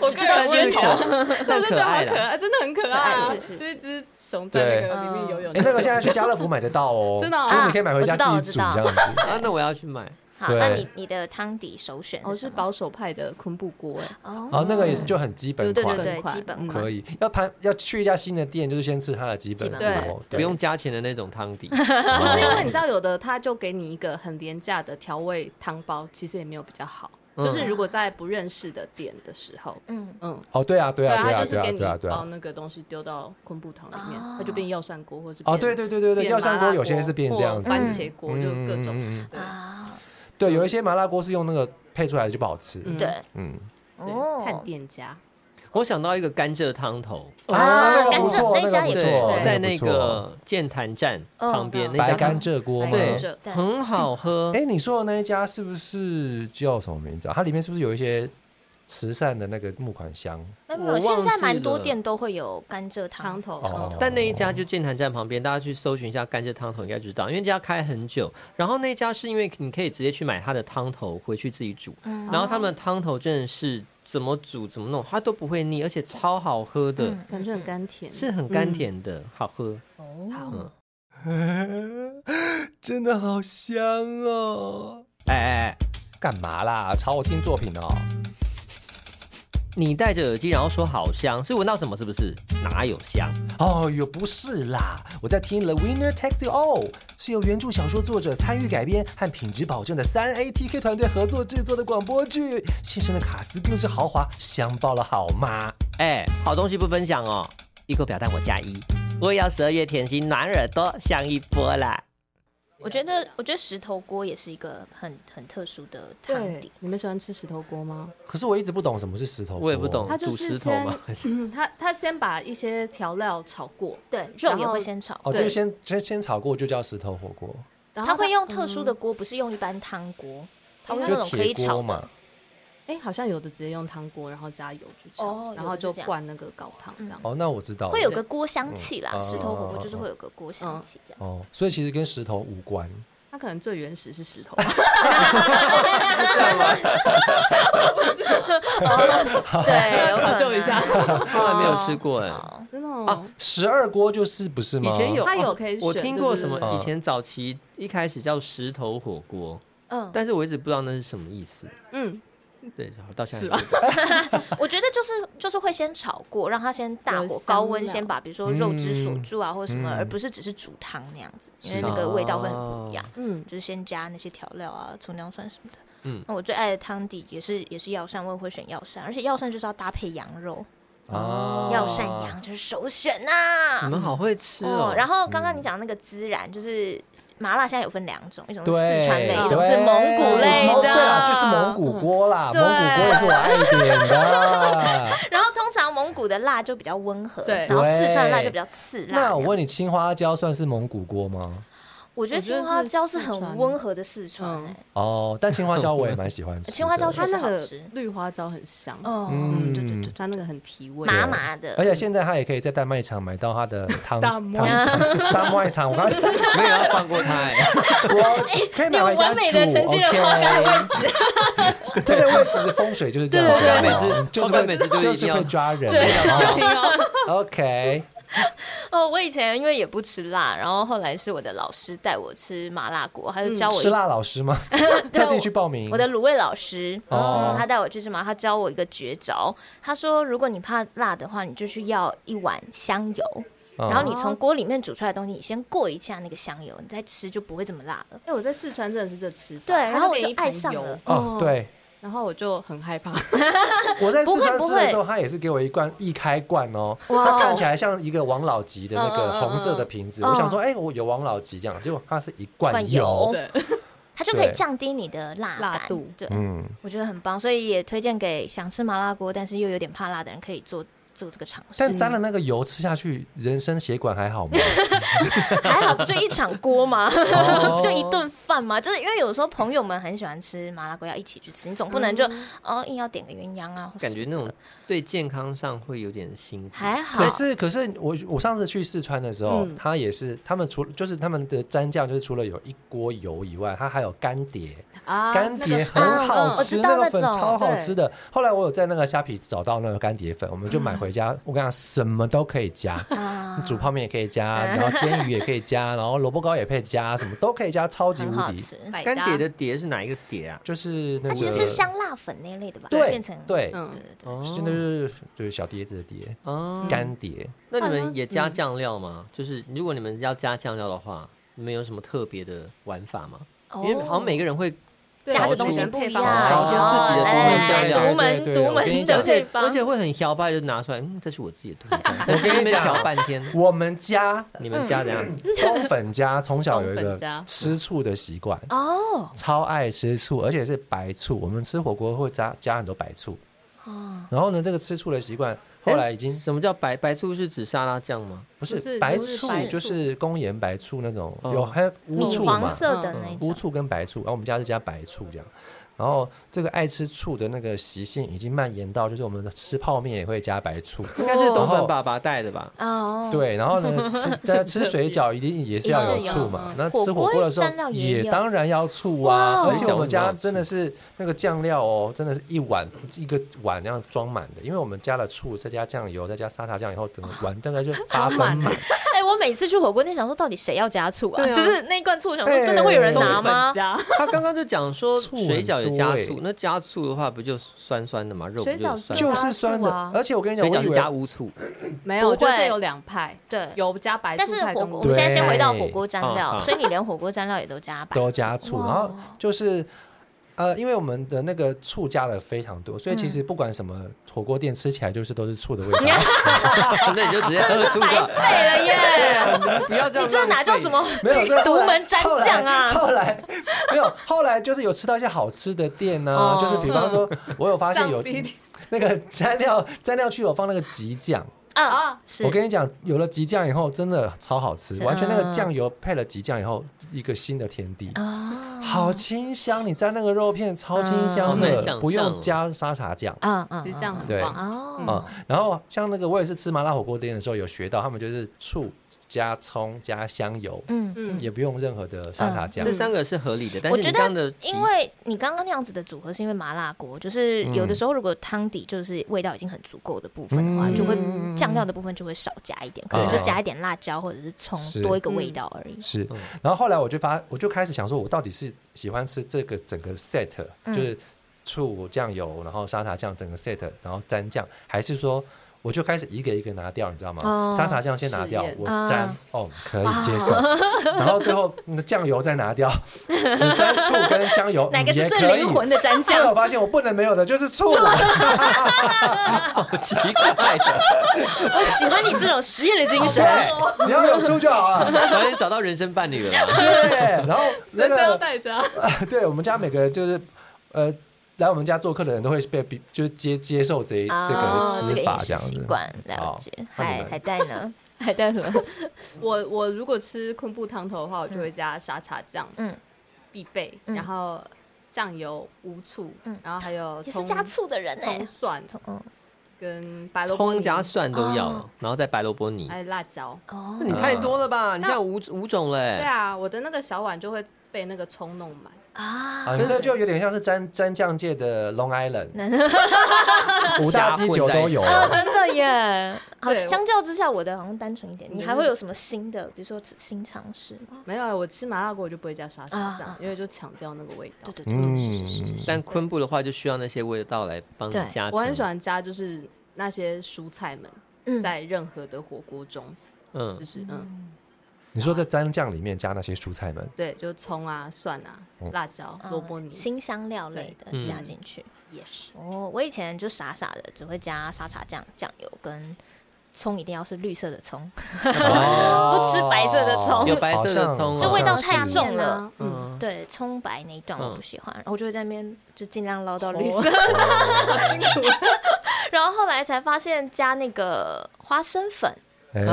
S5: 我个人
S1: 是
S5: 觉
S1: 可
S5: 得，
S1: 但
S5: 我就觉
S1: 可
S5: 得好
S1: 爱
S5: 可
S1: 啦。
S5: 爱，真的很可爱
S4: 可
S5: 啊！
S4: 爱是是是
S5: 就一只熊在那个里面游泳
S3: 哎，。那个现在去家乐福买得到哦，
S5: 真的哦
S3: 就是你可以买回家
S4: 啊我
S3: 自己
S4: 知
S3: 煮
S4: 道
S3: 这样子。
S1: 啊，那我要去买。
S4: 好，
S3: 对
S4: 那你你的汤底首选
S5: 我
S4: 什
S5: 哦是
S4: 么
S5: 保守派的昆布锅，哎，
S4: 哦
S3: 然后那个也是就很基本
S5: 对
S4: 对
S5: 对
S3: 款
S4: 对，对，
S5: 款
S4: 基本
S5: 嗯
S4: 款
S3: 可以。要盘要去一家新的店，就是先吃它的基本
S4: 基
S5: 本
S3: 锅，对
S1: 不 用加钱的那种汤底，
S5: 就是因为你知道，有的它就给你一个很廉价的调味汤包，其实也没有比较好。
S1: 嗯
S5: 就是如果在不认识的店的时候，
S4: 嗯，
S5: 嗯，
S3: 哦，对啊，对啊，对
S5: 它
S3: 啊，
S5: 就是
S3: 对
S5: 给
S3: 啊，
S5: 你哦
S3: 对啊，对
S5: 包
S3: 啊。
S5: 那个东西丢到昆布汤里面
S4: 哦，
S5: 它就变药膳锅，或是
S3: 哦，
S5: 变
S3: 对对对对对，
S5: 变
S3: 药膳
S5: 麻辣
S3: 锅有些是变这样子
S5: 或，番茄锅，就
S3: 嗯
S5: 各
S3: 嗯
S5: 种。
S3: 嗯嗯嗯
S5: 对
S4: 啊，
S1: 嗯
S3: 对，有一些麻辣锅是用那个配出来的就不好吃。
S5: 嗯
S4: 对，
S3: 嗯，
S4: 哦
S5: 对，看店家，
S1: 我想到一个甘蔗汤头，
S4: 啊
S3: 那个不
S4: 甘
S3: 错
S4: 蔗那家
S3: 个
S4: 也
S3: 不
S4: 不
S1: 对
S3: 错
S4: 错，
S1: 在
S3: 哎不
S1: 那
S3: 错
S1: 个剑潭站
S4: 嗯
S1: 旁边
S4: 嗯
S1: 那
S3: 白
S1: 家
S3: 甘
S1: 汤，
S3: 蔗锅吗？
S1: 对
S5: 蔗
S4: 对
S1: 很好喝。
S3: 哎，你说的那一家是不是叫什么名字啊？它里面是不是有一些慈善的那个募款箱？
S4: 没有
S1: 我
S4: 没有，
S1: 忘
S4: 现在
S1: 记
S4: 蛮多
S1: 了
S4: 店都会有甘蔗
S5: 汤
S4: 汤，
S5: 头，
S3: 哦
S5: 嗯
S1: 但那一家就剑潭站旁边，大家去搜寻一下甘蔗汤头应该知道，因为这家开很久。然后那家是因为你可以直接去买它的汤头回去自己煮，
S4: 嗯
S1: 然后他们的汤头真的是怎么煮怎么弄，它都不会腻，而且超好喝的，
S4: 嗯
S5: 感觉很甘甜，
S1: 是很甘甜的，好喝。
S5: 好。
S3: 真的好香哦！哎哎，干嘛啦？吵我听作品哦！
S1: 你戴着耳机然后说好香，是闻到什么是不是？哪有香？
S3: 哦哟，不是啦，我在听《The Winner Takes It All》，是由原著小说作者参与改编和品质保证的三 ATK 团队合作制作的广播剧，现身的卡斯更是豪华，香爆了好吗？
S1: 哎、好东西不分享哦，一口表单我加一，我也要十二月甜心暖耳朵，香一波啦。
S4: 我觉得我觉得石头锅也是一个很很特殊的汤
S5: 对
S4: 底，，
S5: 你们喜欢吃石头锅吗？
S3: 可是我一直不懂什么是石头锅，
S1: 我也不懂
S5: 它就
S1: 哦煮
S5: 是
S1: 石头
S5: 先
S1: 吗？
S5: 嗯，它它先把一些调料炒过，
S4: 对，肉
S5: 然
S4: 也
S5: 后
S4: 会先炒，
S3: 哦，
S5: 对
S3: 就先先先炒过就叫石头火锅，
S5: 然后
S4: 他会用特殊的锅，不是用一般汤锅，他会用那
S3: 就
S4: 种可
S3: 铁
S4: 以
S3: 锅
S4: 炒的，
S3: 嘛。
S5: 哎，好像有的直接用汤锅，然后加油去
S4: 哦
S5: 炒，然
S4: 有
S5: 后
S4: 的是
S5: 就
S4: 这样嗯
S5: 灌那个高汤这样。
S3: 哦，那我知道了，
S4: 会有个锅香气啦，
S3: 嗯
S4: 石头火锅就是会有个锅香气这样。
S3: 哦，所以其实跟石头无关。
S5: 它可能最原始是石 头，
S4: 啊 对，有可能
S5: 考究一下。
S1: 从来没有吃过哎、
S4: 好
S5: 真的哦
S3: 啊，十二锅就是不是吗？
S1: 以前有，哦
S5: 它有可以
S1: 我
S5: 选
S1: 听
S5: 对
S1: 过
S5: 不
S1: 什么
S5: 对？嗯
S1: 以前早期一开始叫石头火锅，
S4: 嗯，
S1: 但是我一直不知道那是什么意思。
S5: 嗯，
S1: 对，到现在
S5: 是吧
S1: 也不知道
S4: 我觉得就是就是会先炒过，让它先大
S5: 有
S4: 火
S5: 香
S4: 高温，
S5: 料
S4: 先把比如说肉汁锁
S3: 嗯
S4: 住啊，或者什么，
S3: 嗯
S4: 而不是只是煮汤那样子，因
S3: 是啊
S4: 为那个味道会很不一样。
S5: 嗯，
S4: 就是先加那些调料啊，葱姜蒜什么的。
S1: 嗯
S4: 那我最爱的汤底也是也是药膳，我也会选药膳，而且药膳就是要搭配羊肉，
S3: 啊
S4: 药膳羊就是首选呐、
S1: 你们好会吃哦
S4: 哦，。然
S3: 嗯
S4: 后刚刚你讲那个孜然，就是麻辣，现在有分两种，一种是
S3: 对，
S4: 四川类，一种
S3: 对
S4: 是蒙古类
S3: 蒙
S4: 的。
S3: 对
S4: 嗯
S3: 啦，就是蒙。古锅啦，
S4: 对
S3: 蒙古锅也是我爱点的。
S4: 然后通常蒙古的辣就比较温和，
S5: 对
S4: 然后四川的辣
S3: 对
S4: 就比较刺辣。
S3: 那我问你，青花椒算是蒙古锅吗？
S4: 我觉得
S5: 我觉得
S4: 青花
S5: 是
S4: 椒是
S5: 四
S4: 很
S5: 川
S4: 温和的四川
S5: 嗯
S4: 哎，
S3: 哦，但青花椒我也蛮喜欢吃的。
S4: 青花椒确
S5: 它
S4: 实
S5: 那
S4: 好
S5: 个
S4: 吃
S5: 绿花椒很香，
S4: 哦，
S5: 嗯，对对
S3: 嗯
S5: 对，它那个很提味，
S4: 麻麻的，
S3: 而且现在它也可以在大卖场买到它的 汤
S5: 大
S3: 汤
S5: 麦
S3: 汤大卖场，我刚才
S1: 没有要放过他、 哎
S3: 我可以买回家
S4: 有完美的
S3: 煮
S4: 沉浸了花
S3: ，OK。这个位置是风水就是这样，
S1: 对对对
S3: 好不好
S1: 每次
S3: 就是
S1: 花干
S3: 会
S1: 每次都一定
S3: 就是
S1: 要
S3: 会抓人，
S4: 对
S3: 好 OK，
S4: 哦，我以前因为也不吃辣，然后后来是我的老师带我吃麻嗯辣锅，他就教我一
S3: 吃辣老师 吗？
S4: 对
S3: 特地去报名，
S4: 我的卤味老师，
S3: 嗯哦
S4: 嗯，他带我去吃麻，他教我一个绝招。他说，如果你怕辣的话，你就去要一碗香油，
S3: 哦，
S4: 然后你从锅里面煮出来的东西，你先过一下那个香油，你再吃就不会这么辣了。
S5: 哎，我在四川真的是这吃法，
S4: 对，
S5: 它
S4: 然后我
S5: 给
S4: 就
S5: 你一
S4: 爱
S5: 盆
S4: 上
S5: 油
S4: 了，。
S3: 哦，对，
S5: 然后我就很害怕，
S3: 我在
S4: 不
S3: 四
S4: 会
S3: 川
S4: 不
S3: 吃的
S4: 会
S3: 时候，他也是给我一罐易开罐哦，
S4: 哇
S3: 它看起来像一个王老吉的那
S4: 嗯嗯
S3: 个
S4: 嗯
S3: 红色的
S4: 嗯
S3: 瓶子，
S4: 嗯
S3: 我想说，哎，我有王老吉这样，结果它是一罐
S4: 罐
S3: 油
S4: 油，
S5: 对，
S4: 它就可以
S3: 对
S4: 降低你的辣
S5: 辣
S4: 感
S5: 度
S4: 对，
S3: 嗯，
S4: 我觉得很棒，所以也推荐给想吃麻辣锅但是又有点怕辣的人可以做做这个尝试。
S3: 但沾了那个油吃下去，人参血管还好吗？
S4: 还好，不就一场锅 吗？
S3: 哦
S4: 不就一顿饭吗？就是因为有时候朋友们很喜欢吃麻辣锅，要一起去吃，你总不能就、
S3: 嗯
S5: 嗯
S4: 哦硬要点个鸳鸯啊，或
S1: 感觉
S4: 什
S1: 那
S4: 么
S1: 种
S4: 的
S1: 对健康上会有点辛苦。
S4: 还 好
S3: 可。是可是我我上次去四川的时候，
S5: 嗯
S3: 他也是他们除就是他们的蘸酱就是除了有一锅油以外，它还有干碟，
S5: 啊
S3: 干碟很好
S4: 哦我
S3: 吃，
S4: 知
S3: 那
S4: 道
S3: 个粉
S4: 那种
S3: 超好
S5: 对
S3: 吃的。后来我有在那个虾皮找到那个干碟粉，我们就买回家。我跟你讲，什么都可以加。
S4: 啊
S3: 煮泡面也可以加， 然后煎鱼也可以加，然后萝卜糕也可以加，什么都可以加，超级
S4: 很
S3: 无
S4: 好
S3: 敌。
S4: 吃，
S1: 干碟，
S5: 百
S1: 的碟是哪一个碟啊？
S3: 就是那
S4: 它
S3: 个，
S4: 其实是香辣粉那一类的吧？
S3: 对
S4: 变成
S3: 对，
S5: 搭
S4: 对
S5: 嗯，
S4: 对对，
S1: 哦
S3: 真的就是就是小碟子的碟，
S4: 嗯
S1: 哦，
S3: 干碟。
S1: 那你
S5: 好
S1: 们
S5: 像
S1: 也加
S5: 嗯
S1: 酱料吗？就是如果你们要加酱料的话，你们有什么特别的玩法吗？
S4: 哦
S1: 因为好像每个人会，
S5: 对
S4: 加
S1: 的
S5: 我
S1: 东
S5: 觉
S1: 西
S5: 得
S4: 不
S5: 配
S4: 一
S5: 方
S4: 样
S5: 好
S1: 哦
S5: 就
S1: 自己的
S5: 哎
S1: 东西酱料
S4: 独
S3: 对
S4: 门
S3: 对对
S4: 独
S3: 我跟你
S4: 门
S3: 讲
S4: 的
S1: 而且
S4: 配方，
S1: 而且会很摇摆，就拿出来，嗯，这是我自己的独家， 但是
S3: 跟你
S1: 那边
S3: 讲
S1: 调半天。
S3: 我们家
S1: 你们家怎样？
S4: 嗯
S3: 冬粉家从小 有一
S5: 冬
S3: 个
S5: 粉家
S3: 吃醋的习惯，
S4: 哦
S3: 超爱吃醋，而且是白醋。我们吃火锅会加加很多白醋。
S4: 哦，哎
S3: 然后呢，这个吃醋的习惯后来已经
S1: 什么叫白白醋是指沙拉酱吗？
S3: 不
S5: 不
S3: 是
S5: 是
S3: 白
S5: 不是
S3: 醋
S5: 白，醋
S3: 就是公盐白醋那种，
S1: 哦
S3: 有还有乌
S4: 米
S3: 醋嘛
S4: 黄，色的
S5: 嗯
S4: 那
S3: 乌
S4: 种，
S3: 醋跟白醋，然后我们家是加白醋这样。然后这个爱吃醋的那个习性已经蔓延到，就是我们的吃泡面也会加白醋。
S1: 应该是
S3: 冬
S1: 东粉爸爸带的吧？
S4: 哦，
S3: 对，然后 呢，吃在吃水饺一定也是要有醋嘛。那吃火锅的时候
S4: 火锅蘸料也
S3: 也
S4: 有
S3: 当然要醋啊，
S4: 哇
S3: 而且我们家真的是那个酱料哦，真的是一碗一个碗这样装满的，因为我们加了醋，再加酱油，再加沙茶酱以后，整个碗大概 就八分满。
S4: 哎、我每次去火锅店想说，到底谁要加醋啊？哎
S1: 对啊
S4: 就是那一罐醋，想说真的会有人拿吗？
S5: 加
S1: 他刚刚就讲说
S3: 醋很
S1: 水饺有加
S3: 多欸
S1: 醋，那加醋的话不就酸酸的吗？肉不
S5: 水饺
S1: 就是酸？
S3: 就
S5: 加醋
S3: 是酸的
S5: 啊，
S3: 而且我跟你讲，
S1: 水
S3: 我
S1: 饺
S3: 以
S1: 是
S3: 为
S1: 加乌醋，
S5: 没有，我
S4: 不
S5: 觉得这
S4: 会
S5: 有两派，
S4: 对。
S5: 有加白
S4: 但
S5: 醋
S4: 是
S5: 派
S4: 火
S5: 跟
S4: 锅，我
S5: 无醋
S4: 们现在先回到
S3: 对
S4: 火锅蘸料，
S1: 啊啊
S4: 所以你连火锅蘸料也都加吧？
S3: 都加醋，
S4: 哇
S3: 然后就是呃，因为我们的那个醋加了非常多，所
S4: 嗯
S3: 以其实不管什么火锅店吃起来就是都是醋的味道。
S1: 那你就直接喝
S4: 真的是
S1: 醋
S4: 白
S1: 就好。
S4: 费了耶！
S1: 不要这样，
S4: 你这哪叫什？么
S3: 啊没有，所以后
S4: 独
S3: 来
S4: 门蘸酱啊？
S3: 后来后来没有，后来就是有吃到一些好吃的店呢、
S4: 哦
S3: 就是比方 说，我有发现有
S5: 降低
S3: 那个蘸料蘸料区有放那个吉酱，
S4: 啊，是
S3: 我跟你讲，有了吉酱以后真的超好吃，
S4: 是
S3: 完全那个
S4: 嗯
S3: 酱油配了吉酱以后，一个新的天地。
S4: 啊
S3: 好清香，你蘸那个肉片超清香
S1: 嗯好难想
S3: 的，
S1: 象
S3: 不用加沙茶酱。
S4: 啊啊
S5: 其实这样很
S3: 对
S5: 棒，
S4: 哦
S3: 啊、然后像那个我也是吃麻辣火锅店的时候有学到，他们就是醋加葱加香油，
S4: 嗯
S5: 嗯，
S3: 也不用任何的沙茶酱
S1: 这。三个是合理的，但
S4: 我
S1: 是
S4: 觉
S1: 你
S4: 得
S1: 刚刚的
S4: 因为你刚刚那样子的组合是因为麻辣锅，就是有的时候如果汤底就是味道已经很足够的部分的话，
S3: 嗯
S4: 就会酱料的部分就会少加一点，可能就加一点辣椒或者是葱，
S3: 是
S4: 多一个味道而已。
S3: 是
S1: 嗯，
S3: 然后后来我就发，我就开始想说，我到底是喜欢吃这个整个 set，就
S4: 嗯
S3: 是醋、酱油，然后沙茶酱整个 set，然后蘸酱，还是说我就开始一个一个拿掉，你知道吗？
S4: 哦
S3: 沙茶酱先拿掉
S5: 实验，
S3: 我
S4: 啊哦
S3: 蘸，哦，可以接受， 然后最后嗯酱油再拿掉，只蘸醋跟香油，
S4: 哪个
S3: 嗯
S4: 是
S3: 也
S4: 最
S3: 可以
S4: 灵魂的蘸
S3: 后来我
S4: 酱？
S3: 发现我不能没有的就是醋，
S1: 好奇怪的，
S4: 我喜欢你这种实验的精神。
S3: 对， 只要有醋就 好 了。
S1: 完全找到人生伴侣了啦。
S3: 是，然后那
S5: 人生要
S3: 个，
S5: 带加，
S3: 对我们家每个人就是，呃，来我们家做客的人都会被比，就是接接受这一这个
S4: 哦
S3: 吃
S4: 这个
S3: 法
S4: 饮食
S3: 这样
S4: 习
S3: 子。
S4: 惯
S3: 好
S4: 了解，
S3: 那你
S4: 还
S3: 们
S4: 还在呢。还带什么？
S5: 我我如果吃昆布汤头的话，我就会加沙茶酱，
S4: 嗯
S5: 嗯，必备，
S4: 嗯
S5: 然后酱油、无醋，
S4: 嗯
S5: 然后还有
S4: 也是
S5: 葱、
S4: 加醋的人哎
S5: 葱、蒜
S4: 葱嗯
S5: 跟白萝卜
S1: 葱
S5: 泥，
S1: 加蒜都要，
S4: 哦
S1: 然后再白萝卜泥。
S5: 还有辣椒。
S4: 哦
S1: 那，你太多了吧？你现在五五种嘞、
S5: 对啊，我的那个小碗就会被那个葱弄满，
S4: 啊，
S3: 啊，你这就有点像是沾沾酱界的 Long Island，五 大
S1: 大
S3: 基
S1: 基酒
S3: 酒都
S1: 都
S3: 有 哦
S1: 有。
S4: 啊真的耶！好，
S5: 对
S4: 相较之下，我的好像单纯一点。
S5: 你
S4: 你
S5: 的
S4: 还
S5: 是
S4: 会有什么新的，比如说新尝试吗？
S5: 没有啊，我吃麻辣锅我就不会加沙
S4: 啊
S5: 茶
S4: 啊
S5: 酱，因为就强调那个味道
S4: 对。对对，
S3: 嗯
S4: 是是是是是。
S1: 但昆布的话，就需要那些味道来帮你
S4: 对
S1: 加成。
S5: 我很喜欢加就是那些蔬菜们
S4: 嗯
S5: 在任何的火锅中，
S1: 嗯
S5: 就，是嗯，
S3: 你说在沾酱里面加那些蔬菜 们，
S5: 对，就葱啊、蒜啊
S1: 哦
S3: 嗯、
S5: 辣椒、
S4: 嗯
S5: 萝卜泥，
S4: 新香料类的
S1: 对
S4: 加
S1: 嗯
S4: 进去。
S5: 也是。
S4: 哦，我以前就傻傻的，只会加沙茶酱、酱油跟葱，一定要是绿色的葱，
S3: 哦
S4: 不吃白色的葱
S1: 有白色的
S3: 好像
S1: 葱，啊
S4: 就味道太
S3: 好像是
S4: 重了。
S5: 嗯，
S1: 嗯，
S4: 对，葱白那一段我
S1: 嗯
S4: 不喜欢，然后我就会在那边就尽量捞到绿
S5: 哦
S4: 色， 然后后来才发现加那个花生粉，
S3: 哎，
S1: 哦
S3: 我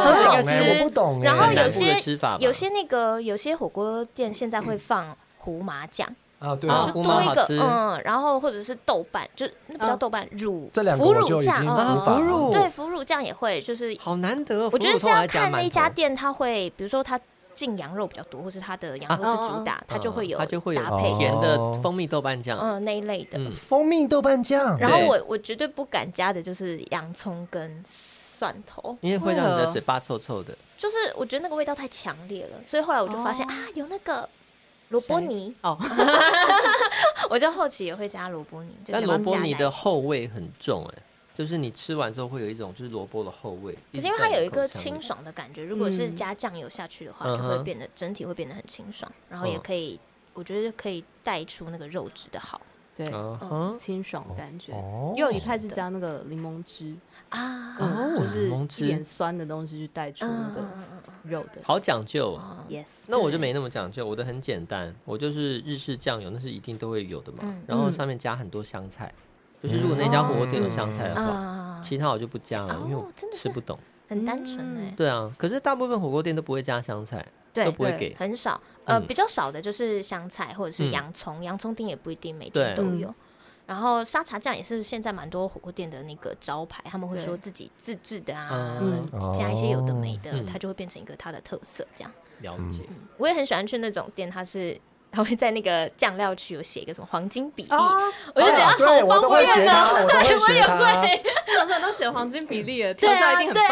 S3: 不懂
S4: 很好
S3: 哎，
S4: 吃
S3: 我不懂哎。
S4: 然后
S1: 很
S4: 有
S1: 南部
S4: 些
S1: 的吃法吧
S4: 有些那个有些火锅店现在会放胡麻酱，
S3: 啊，对
S1: 啊
S3: 啊
S1: 胡
S4: 多
S1: 麻
S4: 一
S1: 好
S4: 个
S1: 吃
S4: 嗯，然后或者是豆瓣，就那不叫豆瓣乳，
S3: 这两个
S4: 腐
S3: 我
S4: 乳
S3: 就已
S4: 酱
S3: 经，
S4: 嗯
S1: 啊
S3: 无法
S1: 嗯腐乳
S4: 对，腐乳酱也会，就是
S1: 好难得哦。
S4: 我觉得
S1: 腐乳
S4: 是
S1: 通常
S4: 要
S1: 还加
S4: 看那一家
S1: 馒头
S4: 店，它会比如说它进羊肉比较多，或是它的羊肉是
S1: 哦
S4: 主打，它就会有
S1: 嗯它就会有
S4: 搭配，
S1: 甜
S3: 哦
S1: 的蜂蜜豆瓣酱。
S4: 嗯那一类的。
S1: 嗯
S3: 蜂蜜豆瓣酱，
S4: 然后
S1: 对
S4: 我我绝对不敢加的就是洋葱跟蒜头，
S1: 因为会让你
S4: 哦
S1: 的嘴巴臭臭的，
S4: 就是我觉得那个味道太强烈了，所以后来我就发现、
S5: 哦
S4: 啊，有那个萝卜
S5: 谁
S4: 泥，
S5: 哦，
S4: 我就后期也会加萝卜泥，就
S1: 但
S4: 全
S1: 萝
S4: 部
S1: 卜
S4: 加
S1: 泥
S4: 在
S1: 的
S4: 一起
S1: 后味很重哎、就是你吃完之后会有一种就是萝卜的后味，
S4: 可
S1: 一
S4: 是
S1: 直
S4: 因为
S1: 在
S4: 它
S1: 你
S4: 有一
S1: 口
S4: 个
S1: 腔
S4: 清
S1: 里
S4: 爽的感觉，如果
S5: 嗯
S4: 是加酱油下去的话，
S1: 嗯
S4: 就会
S1: 哼
S4: 变得整体会变得很清爽，然后也
S1: 嗯
S4: 可以，我觉得可以带出那个肉质的好
S5: 对，
S1: 嗯哼
S5: 清爽的感觉。
S3: 哦
S5: 又有一派是加那个柠檬汁，
S4: 啊。
S5: 嗯，就是
S1: 柠檬
S5: 一
S1: 汁
S5: 点酸的东西去带出那个
S4: 嗯嗯
S5: 肉的。
S1: 好讲究哦、
S5: Yes，
S1: 那我就没那么讲究，我的很简单，我就是日式酱油，那是一定都会有的嘛。
S4: 嗯
S1: 然后上面加很多香菜，就是如果那家火锅店有香菜的
S4: 嗯
S1: 话，
S4: 啊，
S1: 其他我就不加了，
S4: 哦
S1: 因为我
S4: 真的是
S1: 吃不懂。
S4: 很单纯
S5: 嗯
S4: 哎，
S1: 对啊，可是大部分火锅店都不会加香菜，
S4: 对
S1: 都不会
S5: 对
S1: 给。
S4: 很少，呃，
S1: 嗯
S4: 比较少的就是香菜或者是
S1: 嗯
S4: 洋葱，洋葱丁也不一定每
S1: 对
S4: 间都
S5: 嗯
S4: 有。然后沙茶酱也是现在蛮多火锅店的那个招牌，他们会说
S5: 对
S4: 自己自制的啊，
S1: 嗯
S4: 加一些有的没的，
S1: 嗯
S4: 它就会变成一个它的特色。这样，
S1: 了解，
S4: 我也很喜欢去那种店，它是它会在那个酱料区有写一个什么黄金比例，
S5: 哦
S4: 我就觉得
S3: 啊对
S4: 好
S3: 我都
S4: 方
S3: 会学
S4: 便
S3: 它，我
S4: 啊！
S3: 都会
S4: 我
S3: 学
S4: 也
S3: 它，
S4: 会，
S5: 早上都写黄金比例了，
S4: 对
S5: 跳
S4: 啊，
S5: 出来一定很棒。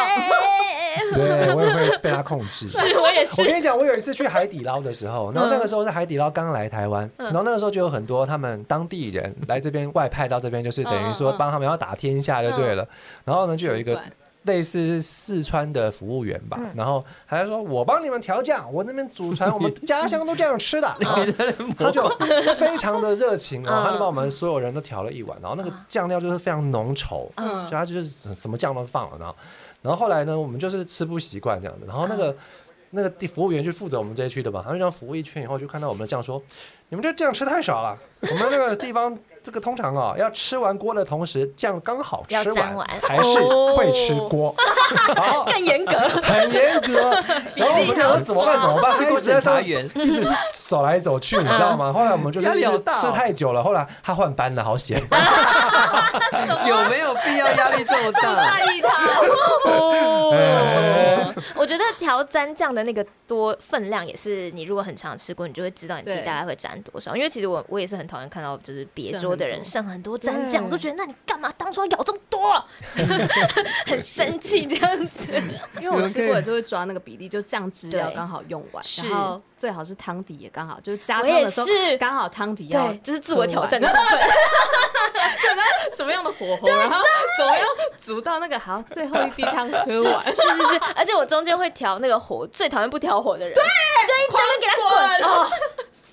S4: 对，
S3: 对我也会被它控制。
S4: 是我也
S3: 我
S4: 是，嗯
S3: 跟你讲，我有一次去海底捞的时候，然后那个时候是海底捞刚来台湾，然后那个时候就有很多他们当地人来这边外派到这边，就是等于说
S5: 嗯嗯嗯
S3: 帮他们要打天下就对
S4: 嗯
S3: 了。然后呢，就有一个类似四川的服务员吧，
S4: 嗯
S3: 然后还在说我帮你们调酱，我那边祖传我们家乡都这样吃 的。然后他就非常的热情哦，
S4: 嗯
S3: 他就把我们所有人都调了一碗，然后那个酱料就是非常浓稠，
S4: 嗯
S3: 所以他就是什么酱都放了，然后，然后后来呢，我们就是吃不习惯这样子，然后那
S4: 嗯
S3: 个。那个地服务员就负责我们这一区的嘛，他就这样服务一圈以后，就看到我们的酱说：“你们这酱吃太少了，我们那个地方这个通常哦，要吃完锅的同时，酱刚好
S4: 要
S3: 吃
S4: 沾
S3: 完
S4: 完哦
S3: 才是会吃锅。然后
S4: 更严格，
S3: 很严 格。然后我们就说怎么办？怎么办？
S1: 是
S3: 他一
S1: 过
S3: 直在
S1: 检
S3: 当
S1: 察员，
S3: 一直走来走去，你知道
S4: 嗯
S3: 吗？后来我们就是
S1: 压力好大哦
S3: 吃太久了，后来他换班了，好险。嗯
S1: 有没有必要压力这么 大？
S5: 在意他，
S3: 哎
S4: 我觉得调蘸酱的那个多分量也是，你如果很常吃过，你就会知道你自己
S5: 对
S4: 大概会蘸多少。因为其实我我也是很讨厌看到就是别桌的人剩很多蘸酱，
S5: 对
S4: 我都觉得那你干嘛当初要舀这么多，很生气这样子。
S5: 因为我吃过也就会抓那个比例，就酱汁要刚好用完，
S4: 对
S5: 然后最好是汤底也刚好，就是加
S4: 我
S5: 汤
S4: 也
S5: 的时候
S4: 是，
S5: 刚好汤底要
S4: 对，这是自我 挑战
S5: 喝
S4: 的
S5: 完
S4: 部分。
S5: 什么样的火候，然后怎么样煮到那个好最后一滴汤喝完，
S4: 是是是，而且我中间会调那个火，最讨厌不调火的人，对，就一直在那边给他滚哦。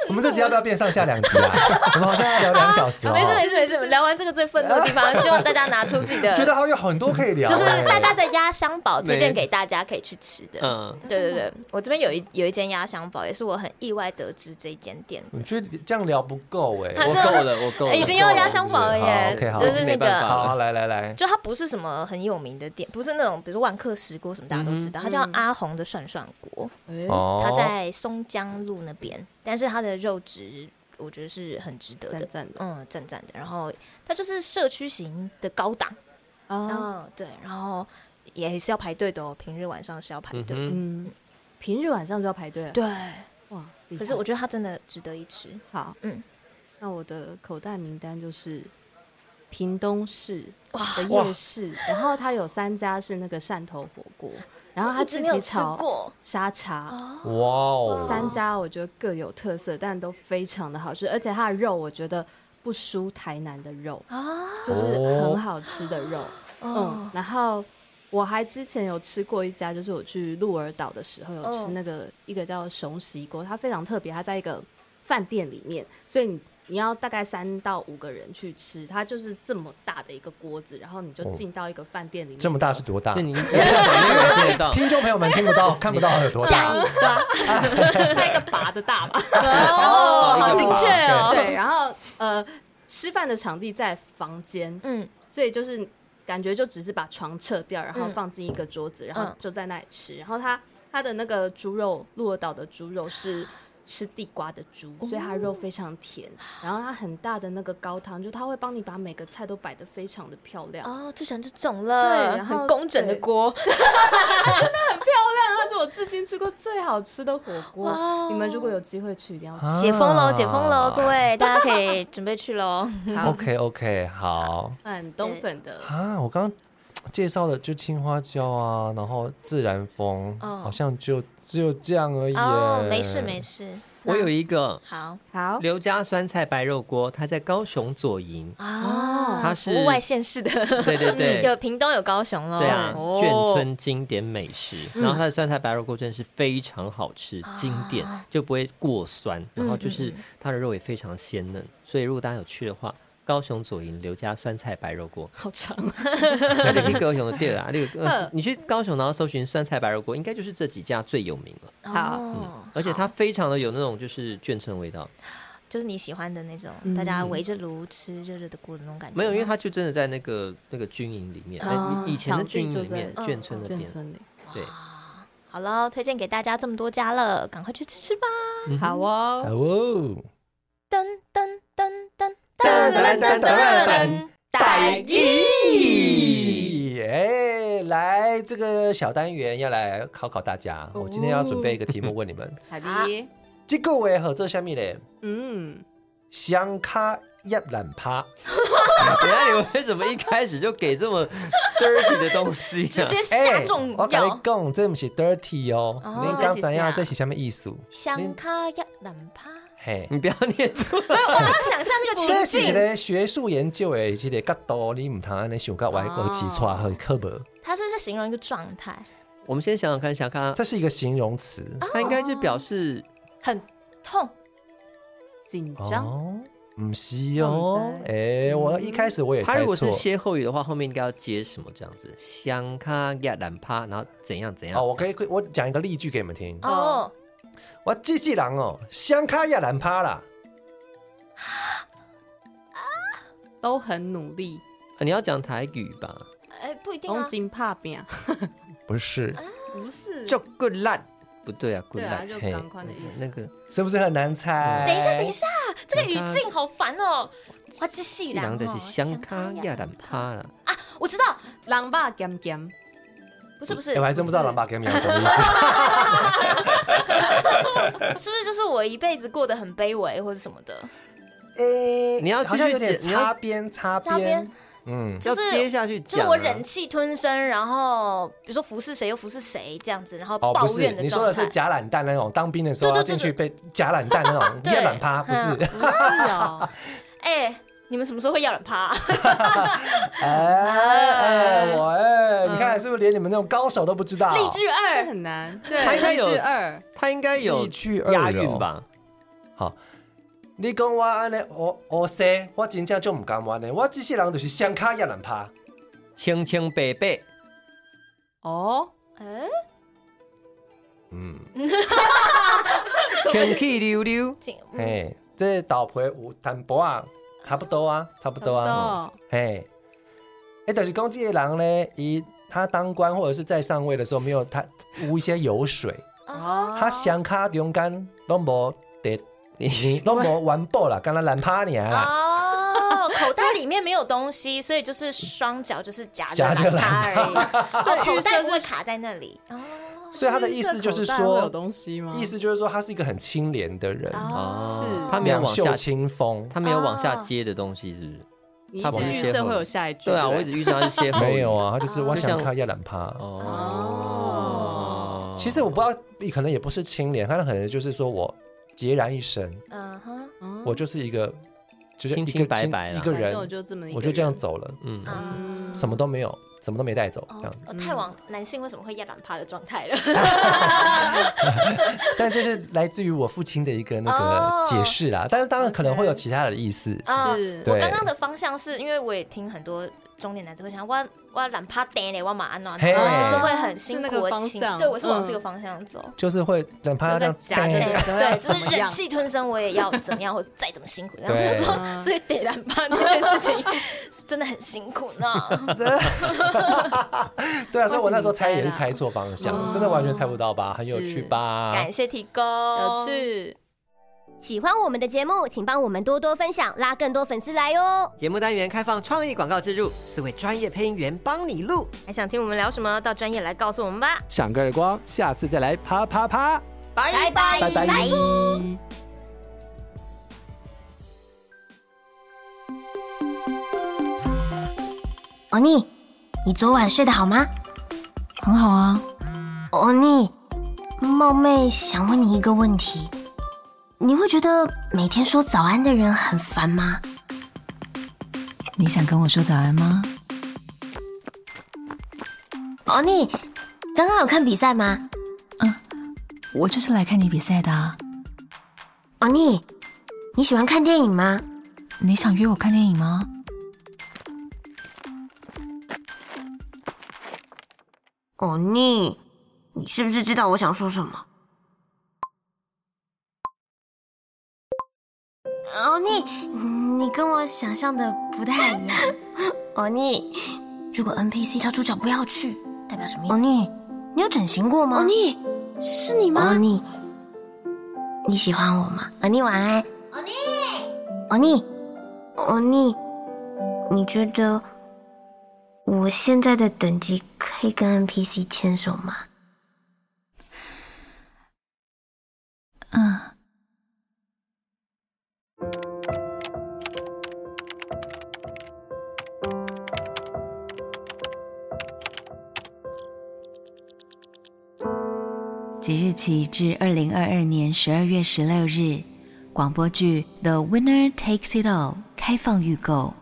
S3: 我们这集要不要变上下两集 啊？我们好像要聊两小时哦。
S4: 啊没事没事没事，聊完这个最愤怒的地方，希望大家拿出自己的，
S3: 觉得好像有很多可以聊，
S4: 就是
S3: 哎
S4: 大家的鸭香堡，推荐给大家可以去吃的。
S1: 嗯，
S4: 对对对，我这边有一有一间鸭香堡，也是我很意外得知这一间店
S3: 我觉得这样聊不够哎、
S4: 啊
S1: 我
S4: 这
S1: 够了，我够
S4: 的，
S1: 了，
S4: 已经要鸭香堡了
S3: 好
S4: 耶
S3: ，OK，好，
S4: 就是那
S1: 没办
S4: 个
S1: 法
S3: 好，啊好来来来，
S4: 就它不是什么很有名的店，不是那种比如说万客石锅什么大家都知道，它叫阿红的涮涮锅，
S5: 哎，
S3: 哦
S4: 它嗯在松江路那边，但是它的肉质我觉得是很值得的
S5: 赞。赞的
S4: 嗯，赞赞的。然后它就是社区型的高档，
S5: 啊，
S4: 嗯，对，然后也是要排队的哦，平日晚上是要排
S1: 嗯
S4: 队。
S1: 哼，
S5: 嗯，平日晚上就要排队了，
S4: 对，
S5: 哇，厉害
S4: 可是我觉得它真的值得一吃。
S5: 好，
S4: 嗯
S5: 嗯，那我的口袋名单就是屏东市的
S3: 哇
S5: 夜市，然后它有三家是那个汕头火锅，然后它
S4: 一直
S5: 自
S4: 没有
S5: 己
S4: 吃
S5: 炒
S4: 过，
S5: 沙茶，
S3: 哇哦，
S5: 三家我觉得各有特色，但都非常的好吃，而且它的肉我觉得不输台南的肉
S4: 啊
S5: 就是
S3: 哦
S5: 很好吃的肉，
S4: 哦
S5: 嗯，然后。我还之前有吃过一家，就是我去鹿儿岛的时候有吃
S4: 嗯
S5: 那个、一个叫熊席锅，它非常特别，它在一个饭店里面，所以你你要大概三到五个人去吃，它就是这么大的一个锅子，然后你就
S3: 哦
S5: 进到一个饭店里面，
S3: 这么大是多大
S1: 那？你你这个反应我做得 到，
S3: 听众朋友们听不 到，看不到有多
S4: 讲
S3: 大。
S4: 对啊，
S5: 它一个拔的 大吧？
S4: 哦，
S3: 一个
S4: 好精
S3: 吧
S4: 确哦，
S5: 对，，然后呃，吃饭的场地在房间，
S4: 嗯，
S5: 所以就是感觉就只是把床撤掉，然后
S4: 嗯
S5: 放进一个桌子，然后
S4: 嗯
S5: 就在那里吃。然后它它的那个猪肉，鹿儿岛的猪肉是吃地瓜的猪，
S4: 哦
S5: 所以它肉非常甜。然后它很大的那个高汤，就它会帮你把每个菜都摆得非常的漂亮。
S4: 哦，最喜欢这种
S5: 嗯对
S4: 了，
S5: 然后
S4: 很工整的
S5: 对
S4: 锅，
S5: 但它是我至今吃过最好吃的火
S4: 哇哦
S5: 锅，你们如果有机会去一定要吃。
S3: 啊
S4: 解封喽，解封喽，各位，大家可以准备去喽。
S5: 好，
S3: OK OK，好
S5: 很冬粉的
S3: 啊，我刚刚介绍的就青花椒啊，然后自然风，
S4: 哦
S3: 好像就只有这样而已。
S4: 哦，没事没
S3: 事。
S4: 事，
S1: 我有一个
S4: 好
S5: 好，
S1: 刘家酸菜白肉锅，它在高雄左营，
S4: 啊，
S1: 它
S4: 服
S1: 是
S4: 务外县市的，
S1: 对对对，
S4: 哦 有屏东有高雄喽，
S1: 对啊，
S4: 哦
S1: 眷村经典美食，然后它的酸菜白肉锅真的是非常好吃，经典就不会过酸，然后就是它的肉也非常鲜嫩，所以如果大家有去的话。高雄左营刘家酸菜白肉锅
S5: 好长，
S1: 那你可以高雄的店 啊，那个
S5: 嗯
S1: 呃你去高雄然后搜寻酸菜白肉锅，应该就是这几家最有名了。
S5: 嗯好
S4: 哦
S1: 而且它非常的有那种就是眷村味道，
S4: 就是你喜欢的那种，
S5: 嗯
S4: 大家围着炉吃热热的锅的那种感觉吗。
S1: 没有，因为它就真的在那个那个军营里面，
S5: 哦
S1: 哎以前的
S5: 场地
S1: 军营
S5: 就
S1: 里面
S5: 在嗯哦
S1: 眷村那
S5: 眷
S1: 边，
S5: 村里。
S1: 对，
S4: 好了，推荐给大家这么多家了，赶快去吃吃吧！
S5: 好哦，
S3: 哦，
S4: 噔噔噔噔
S3: 噔噔噔噔
S4: 噔
S3: 噔，
S4: 大意。
S3: 哎，来这个小单元要来考考大家，
S4: 哦
S3: 我今天要准备一个题目问你们：
S5: 海
S4: 好
S5: 狸，
S3: 这个为合作下面嘞，
S5: 嗯，
S3: 香卡一懒趴。
S1: 等一下你为什么一开始就给这么 dirty 的东西、
S4: 直
S1: 啊？
S4: 接
S3: 哎
S4: 下中
S3: 我跟你
S4: 药，
S3: 讲，这不是 dirty 哦，
S4: 哦
S3: 你刚才要这是什么意思？
S4: 香卡呀冷趴。
S3: 嘿，
S1: 你不要念出来，
S4: 我刚刚想象那个
S3: 这
S4: 情
S3: 是一
S4: 境，
S3: 个学术研究的一个角度，你唔通啊安尼想到外国记错和刻薄，
S4: 它是在形容一个状态，
S1: 我们先想想看，想看
S3: 这是一个形容词。
S1: 它应该是表示
S4: 哦很痛，
S5: 紧张，
S3: 哦，唔是哦，哎，我一开始我也
S1: 它
S3: 猜
S1: 如果是
S3: 错。
S1: 歇后语的话，后面应该要接什么这样子？香卡亚兰帕，然后怎样怎样？
S3: 哦，我可以，我讲一个例句给你们听。
S4: 哦，
S3: 我机器人哦，香卡亚兰趴啦，
S5: 都很努力，
S1: 啊你要讲台语吧？
S4: 哎，不一定
S5: 东
S4: 啊，
S5: 京怕变，
S3: 不是，
S5: 不是，
S1: 就 good luck，不对啊，good
S5: 对啊，
S1: luck，、
S5: 就
S3: 嘿
S5: 赶快的意思。
S1: 那个
S3: 是不是很难猜？
S4: 等一下，等一，下，这个语
S1: 香卡
S4: 境好烦哦。哇，这细
S1: 一
S4: 狼
S1: 郎
S4: 哦，
S1: 的是香卡亚兰帕啦。
S4: 我知道，
S5: 狼爸 咸咸，
S4: 不是不是，
S3: 哎我还真不知道狼爸给你们什么 意思。
S4: 是不是就是我一辈子过得很卑微或者什么的？
S3: 哎，
S1: 你要
S3: 好像有点
S1: 继续解你要
S3: 擦边，擦
S4: 擦边
S3: 边，嗯，
S4: 就是
S1: 要接下去
S4: 就
S1: 讲、啊，
S4: 是我忍气吞声，然后比如说服侍谁又服侍谁这样子，然后
S3: 哦，
S4: 抱
S3: 不是
S4: 怨，的
S3: 你说
S4: 状
S3: 的
S4: 态。
S3: 是假懒蛋那种，当兵的时候
S4: 对对
S3: 要
S4: 对
S3: 进去
S4: 对
S3: 被假懒蛋 那种
S4: 对
S3: 夜懒趴，不是？
S5: 不是哦，
S4: 哎、你们什么时候会要人趴、
S3: 哎 哎，
S4: 哎
S3: 我哎，你看是不是连你们那种高手都不知道？
S4: 励志
S5: 这
S4: 二，
S5: 很难。对，
S1: 他应该有
S5: 励志二，
S1: 它应该有
S3: 一句二哦
S1: 押
S3: 柔
S1: 韵？吧？
S3: 好，你讲我安尼我我西，我真正就唔甘愿的，我这世人就是双卡也难拍。
S1: 清清白白，
S5: 哦，
S4: 哎，
S3: 嗯，
S1: 清气溜溜，
S4: 请嗯
S3: 嘿，这豆皮有淡薄啊，差不多啊，差不多啊，
S5: 哦，
S3: 嘿，哎，就是讲这个人呢，伊他当官或者是在上位的时候，没有他污一些油水，
S4: 啊
S5: 哦
S3: 他双卡中间拢无得，你拢无完爆啦，干那难拍你啊啦，
S4: 哦，口袋里面没有东西，所以就是双脚就是夹
S3: 夹着哦
S4: 着它而已，
S5: 所
S4: 所
S5: 以
S4: 以
S5: 预
S4: 口袋
S5: 设
S4: 不会
S5: 是
S4: 卡在那里。哦
S3: 所以他的意思就是
S5: 这口袋会有
S3: 说，
S5: 东西吗？
S3: 意思就是说他是一个很清廉的人，
S1: 哦
S5: 是
S1: 他没有
S3: 两
S1: 往
S3: 袖
S1: 下，
S3: 清哦风，
S1: 他没有往下接的东西，是不是？
S5: 你
S1: 他
S5: 一
S1: 不
S5: 直
S1: 是
S5: 预
S1: 歇
S5: 设
S1: 后
S5: 会
S1: 语
S5: 有下一句，
S1: 对啊，
S5: 不
S1: 我一直预想他是歇后语哦
S3: 没有，啊，他就是我
S1: 就像
S3: 想看亚兰帕。
S1: 哦，
S3: 其实我不知道，可能也不是清廉，他可能就是说我孑然一身，
S4: 嗯哼，
S5: 嗯
S3: 我就是一个就是一
S1: 清清
S3: 个
S1: 白白啦
S3: 一个
S5: 反
S3: 人
S5: 正我，就这么一个人，
S3: 我就这样走了，
S1: 嗯，
S4: 嗯
S3: 什么都没有，什么嗯都没带走这
S4: 哦
S3: 样子。
S4: 哦，太往男性为什么会压懒趴的状态了？
S3: 但这是来自于我父亲的一个那
S4: 哦
S3: 个解释啦，但是当然可能会有其他的意思。
S4: 啊
S5: 是
S3: 对
S4: 我刚刚的方向是因为我也听很多中年男子会讲，哇哇懒趴呆嘞，哇马安暖，
S3: 嘿
S4: 就是会很辛
S5: 哦是那
S4: 苦的
S5: 个方
S4: 情
S5: 向。
S4: 对，我是往这个
S5: 嗯
S4: 方向走。
S3: 就是会等怕他这样
S5: 夹着
S3: 呆
S5: 对
S4: 对，就
S5: 怎么
S4: 是忍
S5: 样
S4: 气吞声，我也要怎么样，或者再怎么辛苦这
S3: 对
S4: 样。
S5: 嗯
S4: 说所以得懒趴这件事情是真的很辛苦呢。
S3: 对啊，所以我那时候猜也
S5: 恭喜
S3: 是
S5: 你猜
S3: 猜
S5: 啦
S3: 错方向，
S5: 哦
S3: 真的完全猜不到吧？很有趣
S5: 是
S3: 吧？
S4: 感谢提供，
S5: 有趣。
S2: 喜欢我们的节目，请帮我们多多分享，拉更多粉丝来哦。
S1: 节目单元开放创意广告植入，四位专业配音员帮你录。
S4: 还想听我们聊什么？到专业来告诉我们吧。
S6: 赏个耳光，下次再来啪啪啪。
S1: 拜
S2: 拜
S3: 拜拜。
S2: 欧尼，你昨晚睡得好吗？
S7: 很好啊，
S2: 欧尼，冒昧想问你一个问题，你会觉得每天说早安的人很烦吗？
S7: 你想跟我说早安吗？
S2: 欧尼，刚刚有看比赛吗？
S7: 我就是来看你比赛的啊。
S2: 欧尼，你喜欢看电影吗？
S7: 你想约我看电影吗？
S2: 欧尼，你是不是知道我想说什么？欧尼，哦你跟我想象的不太 一样。欧尼，如果 NPC 叫主角不要去，代表什么意思？欧尼，哦你有整形过吗？欧尼，是你吗？欧尼，你喜欢我吗？欧尼，晚安。哦欧尼，欧尼，欧尼，你觉得我现在的等级可以跟 NPC 牵手吗？
S7: 嗯，即日起至二零二二年十二月十六日，广播剧《The Winner Takes It All》开放预购。